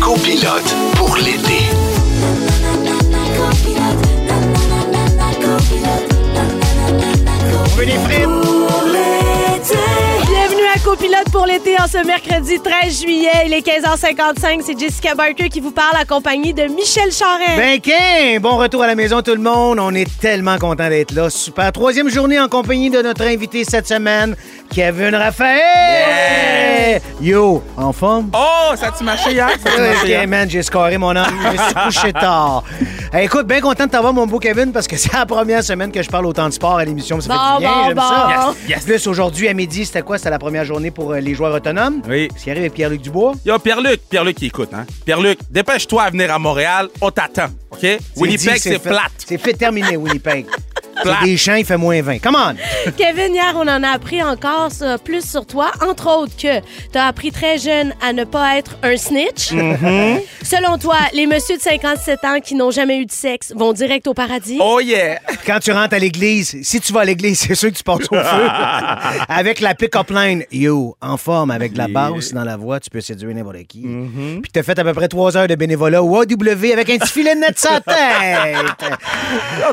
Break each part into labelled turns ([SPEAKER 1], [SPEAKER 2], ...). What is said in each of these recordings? [SPEAKER 1] copilote pour l'été.
[SPEAKER 2] On veut des frites.
[SPEAKER 3] Bienvenue à Copilote pour l'été en ce mercredi 13 juillet. Il est 15h55. C'est Jessica Barker qui vous parle accompagnée de Michel Charret.
[SPEAKER 2] Ben, qu'un bon retour à la maison, tout le monde. On est tellement content d'être là. Super. Troisième journée en compagnie de notre invité cette semaine, Kevin Raphaël. Yo, en forme?
[SPEAKER 4] Oh, hein. ça a-tu marché hier? Ça a-tu marché hier?
[SPEAKER 2] Ok, man, j'ai scoré mon homme. Je me suis couché tard. Eh, écoute, bien content de t'avoir, mon beau Kevin, parce que c'est la première semaine que je parle autant de sport à l'émission. Ça
[SPEAKER 3] Bon,
[SPEAKER 2] fait du bien,
[SPEAKER 3] bon,
[SPEAKER 2] j'aime
[SPEAKER 3] bon.
[SPEAKER 2] ça.
[SPEAKER 4] Yes, yes.
[SPEAKER 2] Plus, aujourd'hui, à midi, c'était quoi? C'était la première journée pour euh, les joueurs autonomes.
[SPEAKER 4] Oui.
[SPEAKER 2] Ce qui arrive avec Pierre-Luc Dubois.
[SPEAKER 4] Yo, Pierre-Luc, Pierre-Luc qui écoute, hein? Pierre-Luc, dépêche-toi à venir à Montréal, on t'attend, OK? Winnipeg,
[SPEAKER 2] dit,
[SPEAKER 4] c'est
[SPEAKER 2] fait-
[SPEAKER 4] plate.
[SPEAKER 2] C'est fait terminé, Winnipeg.
[SPEAKER 4] Plate.
[SPEAKER 2] C'est des champs, il fait moins 20. Come on!
[SPEAKER 3] Kevin, hier, on en a appris encore ça, plus sur toi, entre autres que tu as appris très jeune à ne pas être un snitch. Selon toi, les messieurs de 57 ans qui n'ont jamais eu de sexe vont direct au paradis.
[SPEAKER 4] Oh yeah!
[SPEAKER 2] Quand tu rentres à l'église, si tu vas à l'église, c'est sûr que tu passes au feu. avec la pick-up line, yo, en forme, avec de la basse dans la voix, tu peux séduire n'importe qui.
[SPEAKER 4] Mm-hmm.
[SPEAKER 2] Puis t'as fait à peu près trois heures de bénévolat au AW avec un petit filet de net sur la tête.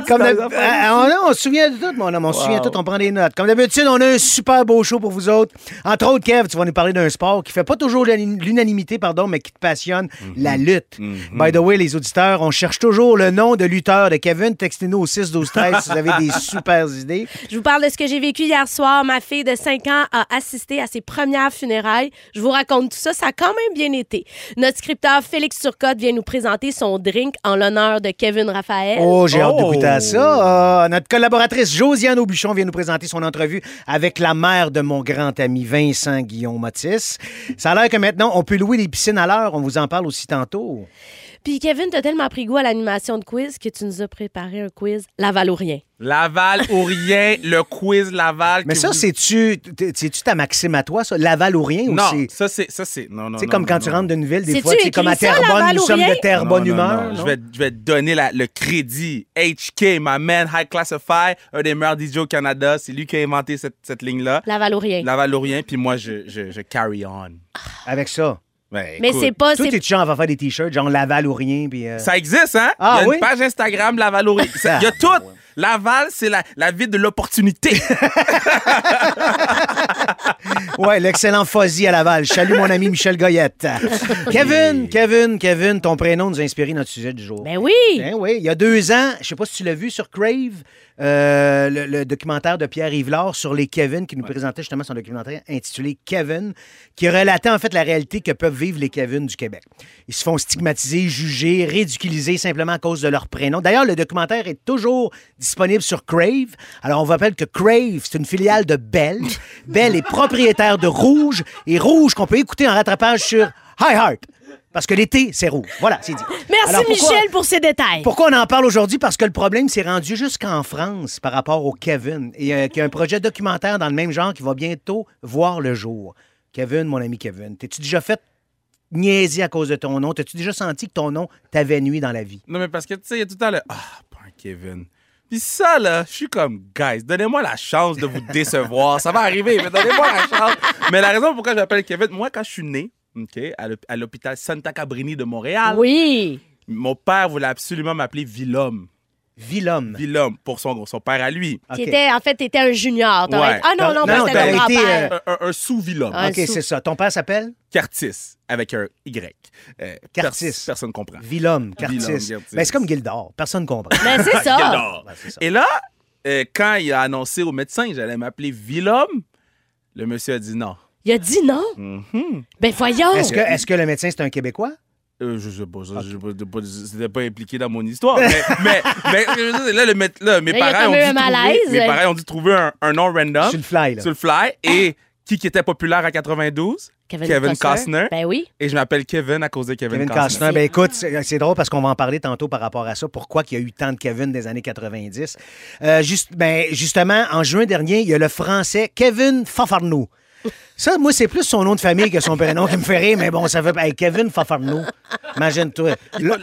[SPEAKER 2] Comme d'hab- Ah, on, on se souvient de tout, mon homme. On se souvient de tout, on prend des notes. Comme d'habitude, on a un super beau show pour vous autres. Entre autres, Kev, tu vas nous parler d'un sport qui fait pas toujours l'uni- l'unanimité, pardon, mais qui te passionne, la lutte. By the way, les auditeurs, on cherche toujours le nom de lutteur de Kevin. Textez-nous au 6 12 13 si vous avez des super idées.
[SPEAKER 3] Je vous parle de ce que j'ai vécu hier soir. Ma fille de 5 ans a assisté à ses premières funérailles. Je vous raconte tout ça. Ça a quand même bien été. Notre scripteur Félix Turcotte vient nous présenter son drink en l'honneur de Kevin Raphaël.
[SPEAKER 2] Oh, j'ai hâte de
[SPEAKER 4] Oh.
[SPEAKER 2] goûter à ça. Euh, notre collaboratrice Josiane Aubuchon vient nous présenter son entrevue avec la mère de mon grand ami Vincent Guillaume Matisse. Ça a l'air que maintenant, on peut louer les piscines à l'heure. On vous en parle aussi tantôt.
[SPEAKER 3] Puis Kevin, t'as tellement pris goût à l'animation de quiz que tu nous as préparé un quiz Laval ou rien.
[SPEAKER 4] Laval ou rien, le quiz Laval.
[SPEAKER 2] Mais
[SPEAKER 4] que
[SPEAKER 2] ça,
[SPEAKER 4] vous-
[SPEAKER 2] c'est-tu t'es- c'est-tu ta maxime à toi, ça? Laval ou rien? ou
[SPEAKER 4] Non,
[SPEAKER 2] c'est-
[SPEAKER 4] ça, c'est. Ça, c'est. Non, non.
[SPEAKER 2] C'est
[SPEAKER 4] non,
[SPEAKER 2] comme
[SPEAKER 4] non,
[SPEAKER 2] quand tu
[SPEAKER 4] non.
[SPEAKER 2] rentres d'une ville, des
[SPEAKER 3] C'est-tu
[SPEAKER 2] fois, c'est comme à
[SPEAKER 3] écrit ça,
[SPEAKER 2] Terrebonne,
[SPEAKER 3] Laval
[SPEAKER 2] nous
[SPEAKER 3] ou
[SPEAKER 2] sommes
[SPEAKER 3] rien?
[SPEAKER 2] de
[SPEAKER 4] Non,
[SPEAKER 2] Terrebonne
[SPEAKER 4] non,
[SPEAKER 2] humeur.
[SPEAKER 4] non.
[SPEAKER 2] non?
[SPEAKER 4] Je, vais, je vais te donner la- le crédit. HK, my man, High Classified, un des meilleurs DJ au Canada. C'est lui qui a inventé cette, cette ligne-là.
[SPEAKER 3] Laval ou rien.
[SPEAKER 4] Laval ou rien, puis moi, je, je, je carry on.
[SPEAKER 2] Avec ça.
[SPEAKER 4] Ben,
[SPEAKER 3] Mais
[SPEAKER 4] écoute.
[SPEAKER 3] c'est pas.
[SPEAKER 2] Toi,
[SPEAKER 3] c'est-
[SPEAKER 2] t'es genre, on va faire des t-shirts, genre Laval ou rien, puis... euh,
[SPEAKER 4] Ça existe, hein?
[SPEAKER 2] Ah,
[SPEAKER 4] Il y a
[SPEAKER 2] oui?
[SPEAKER 4] une page Instagram, Laval Aury. Ça- Il y a tout. Laval, c'est la, la ville de l'opportunité.
[SPEAKER 2] Ouais, l'excellent Fozzy à Laval. Je salue mon ami Michel Goyette. Kevin, Kevin, Kevin, ton prénom nous a inspiré notre sujet du jour.
[SPEAKER 3] Ben oui!
[SPEAKER 2] Ben oui, il y a deux ans, je sais pas si tu l'as vu sur Crave, euh, le, le documentaire de Pierre Yvelard sur les Kevin, qui nous présentait justement son documentaire intitulé Kevin, qui relatait en fait la réalité que peuvent vivre les Kevin du Québec. Ils se font stigmatiser, juger, ridiculiser simplement à cause de leur prénom. D'ailleurs, le documentaire est toujours disponible sur Crave. Alors, on vous rappelle que Crave, c'est une filiale de Bell. Bell est propriétaire de Rouge, et Rouge qu'on peut écouter en rattrapage sur High Heart. Parce que l'été, c'est rouge. Voilà, c'est dit.
[SPEAKER 3] Merci
[SPEAKER 2] Alors, pourquoi-
[SPEAKER 3] Michel pour ces détails.
[SPEAKER 2] pourquoi on en parle aujourd'hui? Parce que le problème s'est rendu jusqu'en France par rapport au Kevin et euh, qu'il y a un projet documentaire dans le même genre qui va bientôt voir le jour. Kevin, mon ami Kevin, t'es-tu déjà fait niaiser à cause de ton nom? T'as-tu déjà senti que ton nom t'avait nuit dans la vie?
[SPEAKER 4] non, mais parce que, tu sais, il y a tout le temps le. Ah, pas un Kevin. Puis ça, là, je suis comme, guys, donnez-moi la chance de vous décevoir. Ça va arriver, mais donnez-moi la chance. Mais la raison pourquoi je m'appelle Kevin, moi, quand je suis né, OK, à l'hôp- à l'hôpital Santa Cabrini de Montréal,
[SPEAKER 3] Ah Oui!
[SPEAKER 4] mon père voulait absolument m'appeler Vilhomme.
[SPEAKER 2] Vilhomme.
[SPEAKER 4] Vilhomme, pour son, son père à lui.
[SPEAKER 2] OK.
[SPEAKER 3] T'étais- en fait, t'étais un junior. T'aurais-
[SPEAKER 4] Ouais.
[SPEAKER 3] Ah non,
[SPEAKER 2] Non,
[SPEAKER 3] non, mais
[SPEAKER 2] non,
[SPEAKER 3] c'était
[SPEAKER 2] t'aurais
[SPEAKER 3] ton
[SPEAKER 2] été, euh,
[SPEAKER 3] grand-père.
[SPEAKER 4] Un, un- un sous-Vilhomme.
[SPEAKER 3] Ah,
[SPEAKER 2] OK,
[SPEAKER 3] sous-
[SPEAKER 2] c'est ça. Ton père s'appelle?
[SPEAKER 4] Cartis, avec un Y. Euh, pers-
[SPEAKER 2] Cartis.
[SPEAKER 4] personne ne comprend.
[SPEAKER 2] Vilhomme,
[SPEAKER 4] Vilhomme,
[SPEAKER 2] Cartis.
[SPEAKER 4] Cartis.
[SPEAKER 2] Ben, c'est comme Gildor. Personne ne comprend.
[SPEAKER 3] Ben, c'est ça.
[SPEAKER 4] J'adore.
[SPEAKER 2] Ben, c'est ça.
[SPEAKER 4] Et là, euh, quand il a annoncé au médecin que j'allais m'appeler Vilhomme, le monsieur a dit non.
[SPEAKER 3] Il a dit non. Ben voyons.
[SPEAKER 2] Mm-hmm. Est-ce que, est-ce que le médecin, c'est un Québécois?
[SPEAKER 4] Euh, je sais pas, ça, je sais pas, c'était pas impliqué dans mon histoire. Mais, mais, mais, je veux dire, là, le mét- là, mes,
[SPEAKER 3] Là, il y a
[SPEAKER 4] parents
[SPEAKER 3] comme
[SPEAKER 4] ont
[SPEAKER 3] eu
[SPEAKER 4] dû
[SPEAKER 3] un malaise.
[SPEAKER 4] trouver, mes parents ont dû trouver un, un nom
[SPEAKER 3] Hein?
[SPEAKER 4] random
[SPEAKER 2] Sur le fly, là.
[SPEAKER 4] sur le fly. Et qui, qui était populaire à 92? Costner.
[SPEAKER 3] Ben oui.
[SPEAKER 4] Et je m'appelle Kevin à cause de Kevin,
[SPEAKER 2] Kevin
[SPEAKER 4] Costner.
[SPEAKER 2] Costner. Ben écoute, c'est c'est drôle parce qu'on va en parler tantôt par rapport à ça. Pourquoi qu'il y a eu tant de Kevin des années 90. Euh, juste, ben, justement, en juin dernier, il y a le français Kevin Fafarnou. Ça, moi, c'est plus son nom de famille que son prénom qui me fait rire, mais bon, ça fait hey, Kevin Fafarnou. Imagine-toi. Là,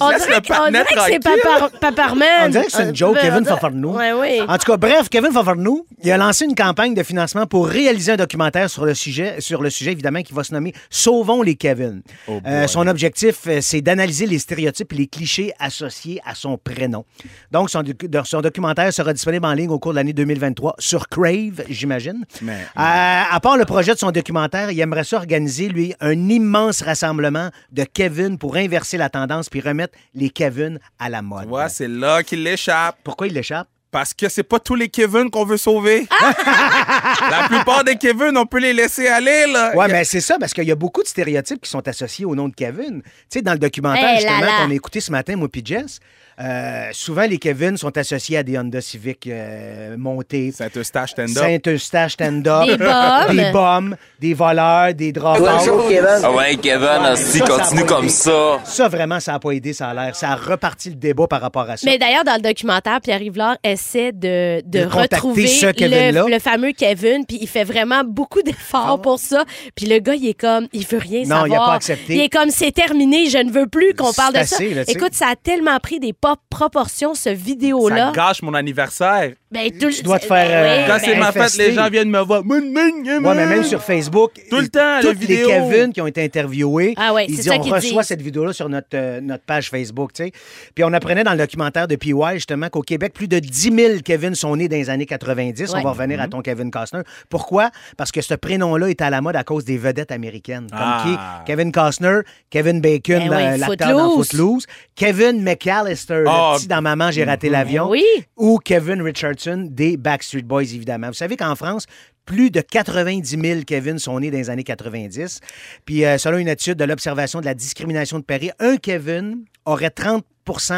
[SPEAKER 3] On
[SPEAKER 4] Laisse
[SPEAKER 3] dirait,
[SPEAKER 4] le
[SPEAKER 3] que- on dirait
[SPEAKER 4] patinet
[SPEAKER 3] que c'est
[SPEAKER 4] tranquille.
[SPEAKER 3] papar, Paparman.
[SPEAKER 2] On dirait que c'est
[SPEAKER 3] Euh,
[SPEAKER 2] une joke,
[SPEAKER 3] ben,
[SPEAKER 2] Kevin
[SPEAKER 3] on dirait-
[SPEAKER 2] Fafarnou.
[SPEAKER 3] Ouais, oui.
[SPEAKER 2] En tout cas, bref, Kevin Fafarnou, il a lancé une campagne de financement pour réaliser un documentaire sur le sujet, sur le sujet évidemment, qui va se nommer Sauvons les Kevin. Euh, son objectif, euh, c'est d'analyser les stéréotypes et les clichés associés à son prénom. Donc, son, docu- de- son documentaire sera disponible en ligne au cours de l'année 2023 sur Crave, j'imagine.
[SPEAKER 4] Mais-
[SPEAKER 2] Euh, à part le projet de son documentaire, il aimerait ça organiser, lui, un immense rassemblement de Kevin pour inverser la tendance puis remettre les Kevin à la mode.
[SPEAKER 4] Ouais, c'est là qu'il l'échappe.
[SPEAKER 2] Pourquoi il l'échappe?
[SPEAKER 4] Parce que c'est pas tous les Kevin qu'on veut sauver.
[SPEAKER 3] Ah!
[SPEAKER 4] La plupart des Kevin, on peut les laisser aller,
[SPEAKER 3] Euh,
[SPEAKER 4] là.
[SPEAKER 2] Oui, mais c'est ça, parce qu'il y a beaucoup de stéréotypes qui sont associés au nom de Kevin. Tu sais, dans le documentaire,
[SPEAKER 3] Eh là
[SPEAKER 2] justement,
[SPEAKER 3] là.
[SPEAKER 2] qu'on a écouté ce matin, moi puis Jess, euh, souvent, les Kevin sont associés à des Honda Civic euh, montés.
[SPEAKER 4] Saint-Eustache, stand-up.
[SPEAKER 2] Saint-Eustache stand-up.
[SPEAKER 3] Des bombes.
[SPEAKER 2] Des bombes, des voleurs, des drop
[SPEAKER 5] Ah ouais, Kevin, si
[SPEAKER 2] ça, ça
[SPEAKER 5] continue
[SPEAKER 2] va
[SPEAKER 5] comme
[SPEAKER 2] aider.
[SPEAKER 5] ça.
[SPEAKER 2] Ça, vraiment, ça n'a pas aidé, ça a l'air. Ça a reparti le débat par rapport à ça.
[SPEAKER 3] Mais d'ailleurs, dans le documentaire, Pierre Yvelard essaie de, de
[SPEAKER 2] De contacter
[SPEAKER 3] retrouver
[SPEAKER 2] ce Kevin-là. Ah
[SPEAKER 3] le, le fameux Kevin, puis il fait vraiment beaucoup d'efforts pour ça. Puis le gars, il est comme, il veut rien
[SPEAKER 2] Non,
[SPEAKER 3] savoir.
[SPEAKER 2] il a pas accepté.
[SPEAKER 3] Il est comme, c'est terminé, je ne veux plus qu'on
[SPEAKER 2] C'est
[SPEAKER 3] parle de
[SPEAKER 2] assez,
[SPEAKER 3] ça.
[SPEAKER 2] là, tu sais.
[SPEAKER 3] Écoute, ça a tellement pris des pop- proportions, ce
[SPEAKER 4] Ça
[SPEAKER 3] vidéo-là.
[SPEAKER 4] gâche mon anniversaire.
[SPEAKER 3] Ben, tout-
[SPEAKER 2] Tu dois te faire,
[SPEAKER 3] Ben
[SPEAKER 2] euh,
[SPEAKER 3] oui,
[SPEAKER 4] Quand
[SPEAKER 3] ben-
[SPEAKER 4] c'est ma fête,
[SPEAKER 2] infesté.
[SPEAKER 4] les gens viennent me voir. Moun, moun, moun.
[SPEAKER 2] Ouais, mais même sur Facebook,
[SPEAKER 4] Tout le temps, la
[SPEAKER 2] toutes
[SPEAKER 4] vidéo.
[SPEAKER 2] les Kevin qui ont été interviewés,
[SPEAKER 3] Ah ouais,
[SPEAKER 2] ils
[SPEAKER 3] c'est
[SPEAKER 2] disent,
[SPEAKER 3] ça
[SPEAKER 2] on
[SPEAKER 3] qu'ils
[SPEAKER 2] reçoit
[SPEAKER 3] disent.
[SPEAKER 2] cette vidéo-là sur notre, euh, notre page Facebook, tu sais. Puis on apprenait dans le documentaire de PY, justement, qu'au Québec, plus de 10 000 Kevin sont nés dans les années 90.
[SPEAKER 3] Ouais.
[SPEAKER 2] On va revenir
[SPEAKER 4] Mm-hmm.
[SPEAKER 2] à ton Kevin Costner. Pourquoi? Parce que ce prénom-là est à la mode à cause des vedettes américaines. Comme
[SPEAKER 4] Ah.
[SPEAKER 2] qui? Kevin Costner, Kevin Bacon,
[SPEAKER 3] Ben
[SPEAKER 2] la-
[SPEAKER 3] oui,
[SPEAKER 2] l'acteur dans
[SPEAKER 3] Footloose.
[SPEAKER 2] Footloose, Kevin McAllister,
[SPEAKER 4] Ah.
[SPEAKER 2] le petit dans Maman, j'ai raté l'avion
[SPEAKER 3] Oui.
[SPEAKER 2] ou Kevin Richardson des Backstreet Boys, évidemment. Vous savez qu'en France, plus de 90 000 Kevin sont nés dans les années 90. Puis, euh, selon une étude de l'Observation de la discrimination de Paris, un Kevin aurait 30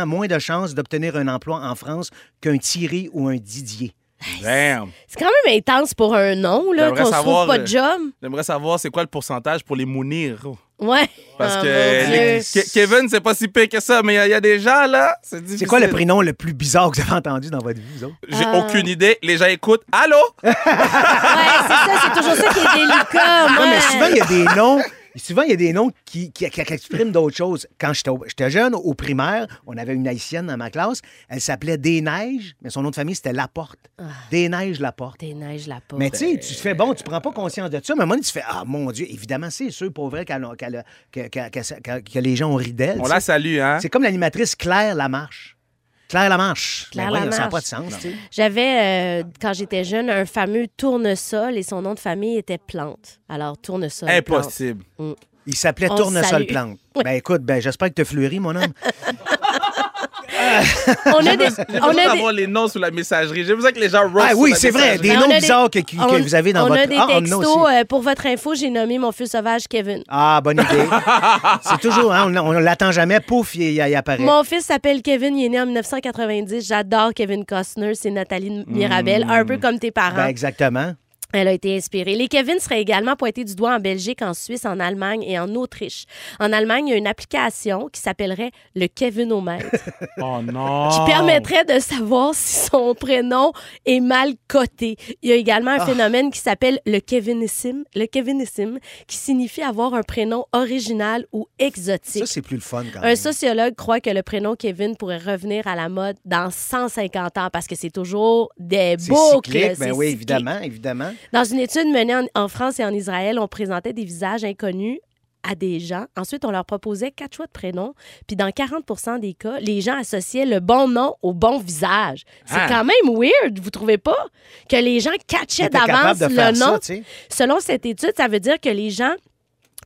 [SPEAKER 2] moins de chances d'obtenir un emploi en France qu'un Thierry ou un Didier.
[SPEAKER 4] Damn.
[SPEAKER 3] C'est quand même intense pour un nom, là,
[SPEAKER 4] J'aimerais
[SPEAKER 3] qu'on se trouve
[SPEAKER 4] savoir,
[SPEAKER 3] pas
[SPEAKER 4] euh,
[SPEAKER 3] de job.
[SPEAKER 4] J'aimerais savoir c'est quoi le pourcentage pour les mounir.
[SPEAKER 3] Ouais.
[SPEAKER 4] Parce
[SPEAKER 3] Ah,
[SPEAKER 4] que
[SPEAKER 3] mon Dieu.
[SPEAKER 4] les- Ke- Kevin, c'est pas si pire que ça, mais il y, a des gens, là. C'est difficile.
[SPEAKER 2] C'est quoi le prénom le plus bizarre que vous avez entendu dans votre vie, vous autres?
[SPEAKER 4] J'ai
[SPEAKER 3] Ah.
[SPEAKER 4] aucune idée. Les gens écoutent. Allô?
[SPEAKER 3] Ouais, c'est ça, c'est toujours ça qui est délicat.
[SPEAKER 2] Non,
[SPEAKER 3] moi.
[SPEAKER 2] mais souvent, il y a des noms. Souvent, il y a des noms qui, qui- qui expriment d'autres choses. Quand j'étais au- j'étais jeune, au primaire, on avait une haïtienne dans ma classe. Elle s'appelait Desneiges, mais son nom de famille, c'était Laporte.
[SPEAKER 3] Ah.
[SPEAKER 2] Desneiges Laporte.
[SPEAKER 3] Des neiges, la pauvre.
[SPEAKER 2] Mais tu sais, tu te fais, bon, tu prends pas conscience de ça, mais à un moment donné, tu fais, ah mon Dieu, évidemment, c'est sûr, pour vrai, qu'elle a- qu'elle a- que, que- que- que- que les gens ont ri d'elle.
[SPEAKER 4] On
[SPEAKER 2] tu
[SPEAKER 4] la
[SPEAKER 2] sais.
[SPEAKER 4] salue, hein?
[SPEAKER 2] C'est comme l'animatrice Claire Lamarche. Claire Lamarche.
[SPEAKER 3] Claire
[SPEAKER 2] Mais voyons, ça n'a
[SPEAKER 3] Lamarche.
[SPEAKER 2] pas de sens, tu sais.
[SPEAKER 3] J'avais, euh, quand j'étais jeune, un fameux tournesol et son nom de famille était Plante. Alors, tournesol.
[SPEAKER 4] Impossible.
[SPEAKER 2] Il s'appelait
[SPEAKER 3] On
[SPEAKER 2] Tournesol
[SPEAKER 3] salue.
[SPEAKER 2] Plante. Ben écoute, ben j'espère que tu fleuris, mon homme.
[SPEAKER 3] Plante. On a des.
[SPEAKER 4] J'ai
[SPEAKER 3] On
[SPEAKER 4] besoin
[SPEAKER 3] a des...
[SPEAKER 4] d'avoir les noms sur la messagerie. J'ai besoin que les gens roast
[SPEAKER 2] Ah
[SPEAKER 4] sur
[SPEAKER 2] oui,
[SPEAKER 4] la
[SPEAKER 2] c'est vrai.
[SPEAKER 4] messagerie.
[SPEAKER 2] Des
[SPEAKER 3] on
[SPEAKER 2] noms
[SPEAKER 3] a
[SPEAKER 2] bizarres que- que- que
[SPEAKER 3] on-
[SPEAKER 2] vous avez dans
[SPEAKER 3] on
[SPEAKER 2] votre-
[SPEAKER 3] a des
[SPEAKER 2] Ah, on en a
[SPEAKER 3] textos.
[SPEAKER 2] aussi.
[SPEAKER 3] euh, pour votre info, j'ai nommé mon feu sauvage Kevin.
[SPEAKER 2] Ah, bonne idée. c'est toujours, hein, on on l'attend jamais, pouf, il, il- il apparaît.
[SPEAKER 3] Mon fils s'appelle Kevin, il est né en 1990. J'adore Kevin Costner, c'est Nathalie Mirabel, un peu comme tes parents.
[SPEAKER 2] Ben, exactement.
[SPEAKER 3] Elle a été inspirée. Les Kevin seraient également pointés du doigt en Belgique, en Suisse, en Allemagne et en Autriche. En Allemagne, il y a une application qui s'appellerait le Kevinomètre
[SPEAKER 4] Oh
[SPEAKER 2] Ah.
[SPEAKER 4] non.
[SPEAKER 3] qui permettrait de savoir si son prénom est mal coté. Il y a également
[SPEAKER 2] Ah.
[SPEAKER 3] un phénomène qui s'appelle le Kevinissime, le Kevinissime, qui signifie avoir un prénom original ou
[SPEAKER 2] Ça,
[SPEAKER 3] exotique.
[SPEAKER 2] c'est plus le fun quand
[SPEAKER 3] un
[SPEAKER 2] même.
[SPEAKER 3] sociologue croit que le prénom Kevin pourrait revenir à la mode dans 150 ans parce que c'est toujours des
[SPEAKER 2] c'est
[SPEAKER 3] boucles.
[SPEAKER 2] cyclique, ben
[SPEAKER 3] c'est
[SPEAKER 2] oui,
[SPEAKER 3] cyclique.
[SPEAKER 2] évidemment, évidemment.
[SPEAKER 3] Dans une étude menée en, en France et en Israël, on présentait des visages inconnus à des gens. Ensuite, on leur proposait quatre choix de prénoms. Puis dans 40 des cas, les gens associaient le bon nom au bon visage. C'est
[SPEAKER 4] Ah.
[SPEAKER 3] quand même weird, vous trouvez pas? Que les gens catchaient
[SPEAKER 2] T'es capable
[SPEAKER 3] d'avance
[SPEAKER 2] de faire
[SPEAKER 3] le nom.
[SPEAKER 2] ça, tu sais.
[SPEAKER 3] Selon cette étude, ça veut dire que les gens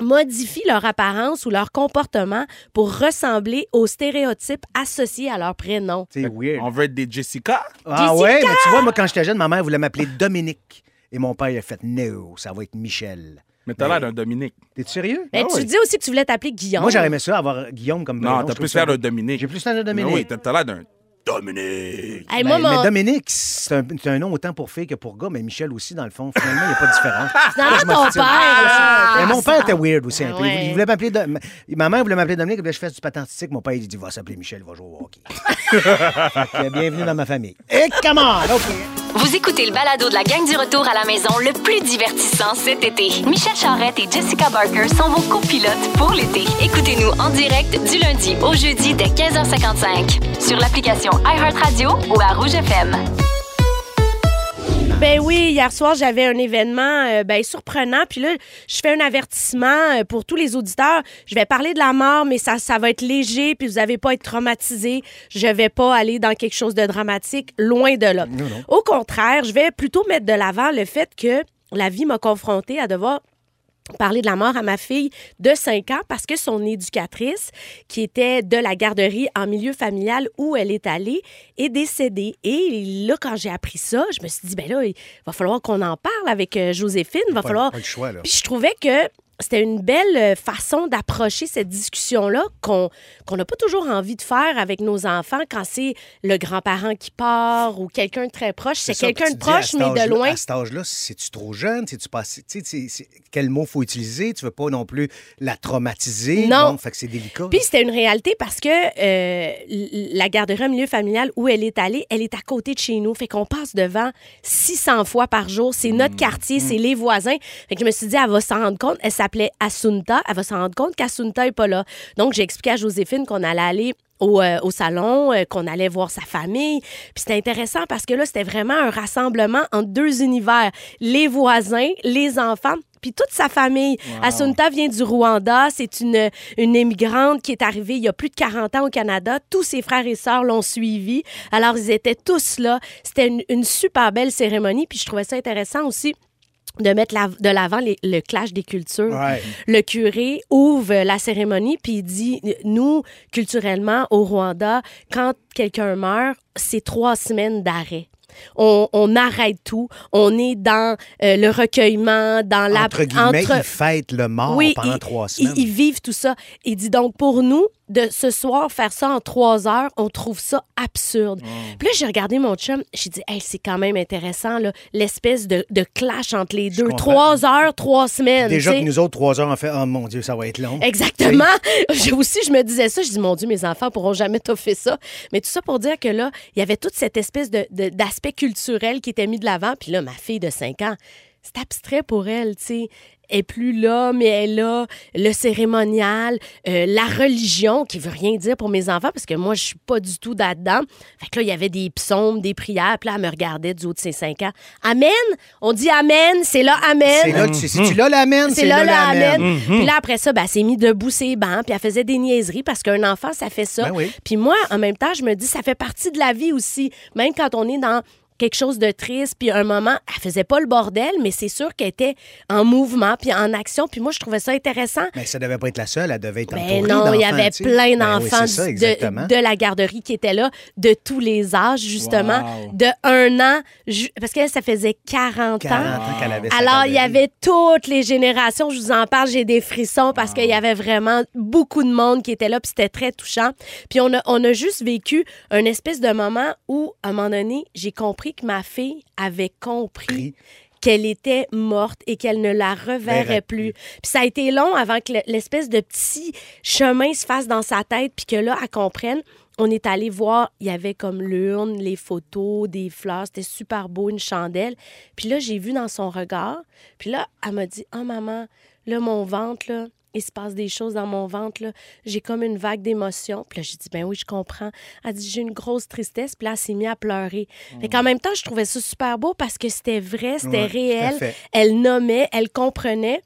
[SPEAKER 3] modifient leur apparence ou leur comportement pour ressembler aux stéréotypes associés à leur prénom.
[SPEAKER 2] C'est weird.
[SPEAKER 4] On veut être des Jessica.
[SPEAKER 2] Ben, Ah
[SPEAKER 3] Jessica!
[SPEAKER 2] ouais, mais tu vois, moi, quand j'étais jeune, ma mère voulait m'appeler Dominique. Et mon père, il a fait « No, ça va être Michel
[SPEAKER 4] Mais t'as l'air d'un Dominique. ».
[SPEAKER 2] T'es sérieux?
[SPEAKER 3] Mais
[SPEAKER 4] Ah
[SPEAKER 3] Ben, tu
[SPEAKER 4] oui.
[SPEAKER 3] dis aussi que tu voulais t'appeler Guillaume.
[SPEAKER 2] Moi, j'aurais aimé ça, avoir Guillaume comme prénom,
[SPEAKER 4] Non,
[SPEAKER 2] je
[SPEAKER 4] t'as
[SPEAKER 2] trouve
[SPEAKER 4] plus
[SPEAKER 2] ça
[SPEAKER 4] l'air d'un
[SPEAKER 2] beau.
[SPEAKER 4] Dominique.
[SPEAKER 2] J'ai plus l'air de
[SPEAKER 4] Mais
[SPEAKER 2] Dominique.
[SPEAKER 4] Oui, t'as- t'as l'air d'un Dominique.
[SPEAKER 3] Hey,
[SPEAKER 2] Ben,
[SPEAKER 3] moi, mon-
[SPEAKER 2] Mais Dominique, c'est un, c'est un nom autant pour fille que pour gars, mais Michel aussi, dans le fond, finalement, il n'y a pas de différence.
[SPEAKER 3] Finalement,
[SPEAKER 2] Je m'en
[SPEAKER 3] ton
[SPEAKER 2] fous de ça.
[SPEAKER 3] père, là. Ah, ben
[SPEAKER 2] Mais Ah! mon père était weird aussi un peu.
[SPEAKER 3] Ouais.
[SPEAKER 2] Il voulait m'appeler. Do- ma- Ma mère voulait m'appeler Dominique, il voulait que je fasse du patentistique. Mon père, il dit va s'appeler Michel, il va jouer au hockey. Fait que, bienvenue dans ma famille. Et comment? OK.
[SPEAKER 6] Vous écoutez le balado de la gang du retour à la maison le plus divertissant cet été. Michel Charrette et Jessica Barker sont vos copilotes pour l'été. Écoutez-nous en direct du lundi au jeudi dès 15h55 sur l'application iHeartRadio ou à Rouge FM.
[SPEAKER 3] Ben oui, hier soir, j'avais un événement euh, ben, surprenant. Puis là, je fais un avertissement euh, pour tous les auditeurs. Je vais parler de la mort, mais ça, ça va être léger, puis vous n'avez pas à être traumatisé. Je vais pas aller dans quelque chose de dramatique, loin de là. Au contraire, je vais plutôt mettre de l'avant le fait que la vie m'a confrontée à devoir parler de la mort à ma fille de 5 ans parce que son éducatrice, qui était de la garderie en milieu familial où elle est allée, est décédée. Et là, quand j'ai appris ça, je me suis dit, ben là, il va falloir qu'on en parle avec euh, Joséphine. Va
[SPEAKER 2] Pas-
[SPEAKER 3] falloir...
[SPEAKER 2] pas le choix, là.
[SPEAKER 3] Puis je trouvais que c'était une belle euh, façon d'approcher cette discussion-là qu'on qu'on n'a pas toujours envie de faire avec nos enfants quand c'est le grand-parent qui part ou quelqu'un de très proche. C'est
[SPEAKER 2] ça,
[SPEAKER 3] quelqu'un
[SPEAKER 2] puis
[SPEAKER 3] de
[SPEAKER 2] tu dis, à
[SPEAKER 3] proche,
[SPEAKER 2] cet
[SPEAKER 3] mais de
[SPEAKER 2] âge-là-
[SPEAKER 3] loin.
[SPEAKER 2] À cet âge-là, c'est-tu trop jeune? C'est-tu pas assez- tu sais, c'est- c'est- Quel mot faut utiliser? Tu veux pas non plus la traumatiser?
[SPEAKER 3] Non.
[SPEAKER 2] Bon, fait que c'est délicat.
[SPEAKER 3] Puis c'était une réalité parce que euh, l- la garderie en milieu familial où elle est allée, elle est à côté de chez nous. Fait qu'on passe devant 600 fois par jour. C'est notre quartier, c'est les voisins. Fait que je me suis dit, elle va s'en rendre compte. Elle s'appelait Assunta. Elle va s'en rendre compte qu'Assunta est pas là. Donc j'ai expliqué à Joséphine qu'on allait aller au, euh, au salon, euh, qu'on allait voir sa famille. Puis c'était intéressant parce que là, c'était vraiment un rassemblement entre deux univers. Les voisins, les enfants, puis toute sa famille. Assunta vient du Rwanda. C'est une, une immigrante qui est arrivée il y a plus de 40 ans au Canada. Tous ses frères et sœurs l'ont suivie. Alors, ils étaient tous là. C'était une, une super belle cérémonie. Puis je trouvais ça intéressant aussi de mettre la- de l'avant les- le clash des cultures
[SPEAKER 2] Ouais.
[SPEAKER 3] le curé ouvre la cérémonie puis il dit nous culturellement au Rwanda quand quelqu'un meurt c'est trois semaines d'arrêt on, on arrête tout on est dans euh, le recueillement dans la
[SPEAKER 2] entre guillemets,
[SPEAKER 3] entre-
[SPEAKER 2] ils fêtent le mort
[SPEAKER 3] oui,
[SPEAKER 2] pendant
[SPEAKER 3] ils-
[SPEAKER 2] trois
[SPEAKER 3] ils-
[SPEAKER 2] semaines.
[SPEAKER 3] Ils, vivent tout ça. Il dit donc, pour nous, de ce soir, faire ça en trois heures, on trouve ça absurde.
[SPEAKER 2] Oh.
[SPEAKER 3] Puis là, j'ai regardé mon chum, j'ai dit, hey, c'est quand même intéressant, là, l'espèce de, de clash entre les deux.
[SPEAKER 2] comprends.
[SPEAKER 3] Trois heures, trois semaines.
[SPEAKER 2] Déjà
[SPEAKER 3] tu sais.
[SPEAKER 2] que nous autres, trois heures, on fait « Oh mon Dieu, ça va être long. »
[SPEAKER 3] Exactement. J'ai aussi, je me disais ça. Je dis, mon Dieu, mes enfants pourront jamais toffer ça. Mais tout ça pour dire que là, il y avait toute cette espèce de- de- d'aspect culturel qui était mis de l'avant. Puis là, ma fille de 5 ans, c'est abstrait pour elle, tu sais. Elle est plus là, mais elle a le cérémonial, euh, la religion, qui veut rien dire pour mes enfants, parce que moi, je suis pas du tout là-dedans. Fait que là, il y avait des psaumes, des prières, puis là, elle me regardait du haut de ses 5 ans. Amen! On dit Amen, c'est là Amen!
[SPEAKER 2] C'est là que tu, si tu l'as, l'amène,
[SPEAKER 3] C'est là, là,
[SPEAKER 2] l'amène.
[SPEAKER 3] amène. Puis là, après ça, ben, elle s'est mise debout ses bancs, puis elle faisait des niaiseries parce qu'un enfant, ça fait ça.
[SPEAKER 2] Ben oui.
[SPEAKER 3] Puis moi, en même temps, je me dis, ça fait partie de la vie aussi. Même quand on est dans quelque chose de triste, puis un moment, elle faisait pas le bordel, mais c'est sûr qu'elle était en mouvement, puis en action. Puis moi, je trouvais ça intéressant.
[SPEAKER 2] Mm. Mais ça devait pas être la seule, elle devait être entourée
[SPEAKER 3] Ben non, il y
[SPEAKER 2] d'enfants,
[SPEAKER 3] avait
[SPEAKER 2] tu sais.
[SPEAKER 3] plein
[SPEAKER 2] Ben oui,
[SPEAKER 3] d'enfants
[SPEAKER 2] c'est
[SPEAKER 3] du-
[SPEAKER 2] ça, exactement.
[SPEAKER 3] de, de la garderie qui étaient là, de tous les âges, justement,
[SPEAKER 4] Wow.
[SPEAKER 3] de un an, ju- parce que ça faisait 40
[SPEAKER 2] 40 ans qu'elle avait sa
[SPEAKER 3] alors, il y
[SPEAKER 2] garderie.
[SPEAKER 3] avait toutes les générations. Je vous en parle, j'ai des frissons parce qu'il y avait vraiment beaucoup de monde qui était là, puis c'était très touchant. Puis on a, on a juste vécu un espèce de moment où, à un moment donné, j'ai compris que ma fille avait compris qu'elle était morte et qu'elle ne la reverrait
[SPEAKER 2] Verrait
[SPEAKER 3] plus. Puis ça a été long avant que le- l'espèce de petit chemin se fasse dans sa tête, puis que là, elle comprenne. On est allé voir, il y avait comme l'urne, les photos, des fleurs, c'était super beau, une chandelle. Puis là, j'ai vu dans son regard, puis là, elle m'a dit, « Oh maman, là, mon ventre, là, il se passe des choses dans mon ventre, là. J'ai comme une vague d'émotions. » Puis là, j'ai dit, « Ben oui, je comprends. » Elle dit, « J'ai une grosse tristesse. » Puis là, elle s'est mise à pleurer. Fait qu'en même temps, je trouvais ça super beau parce que c'était vrai, c'était
[SPEAKER 2] Ouais, tout à
[SPEAKER 3] réel
[SPEAKER 2] fait.
[SPEAKER 3] elle nommait, elle comprenait.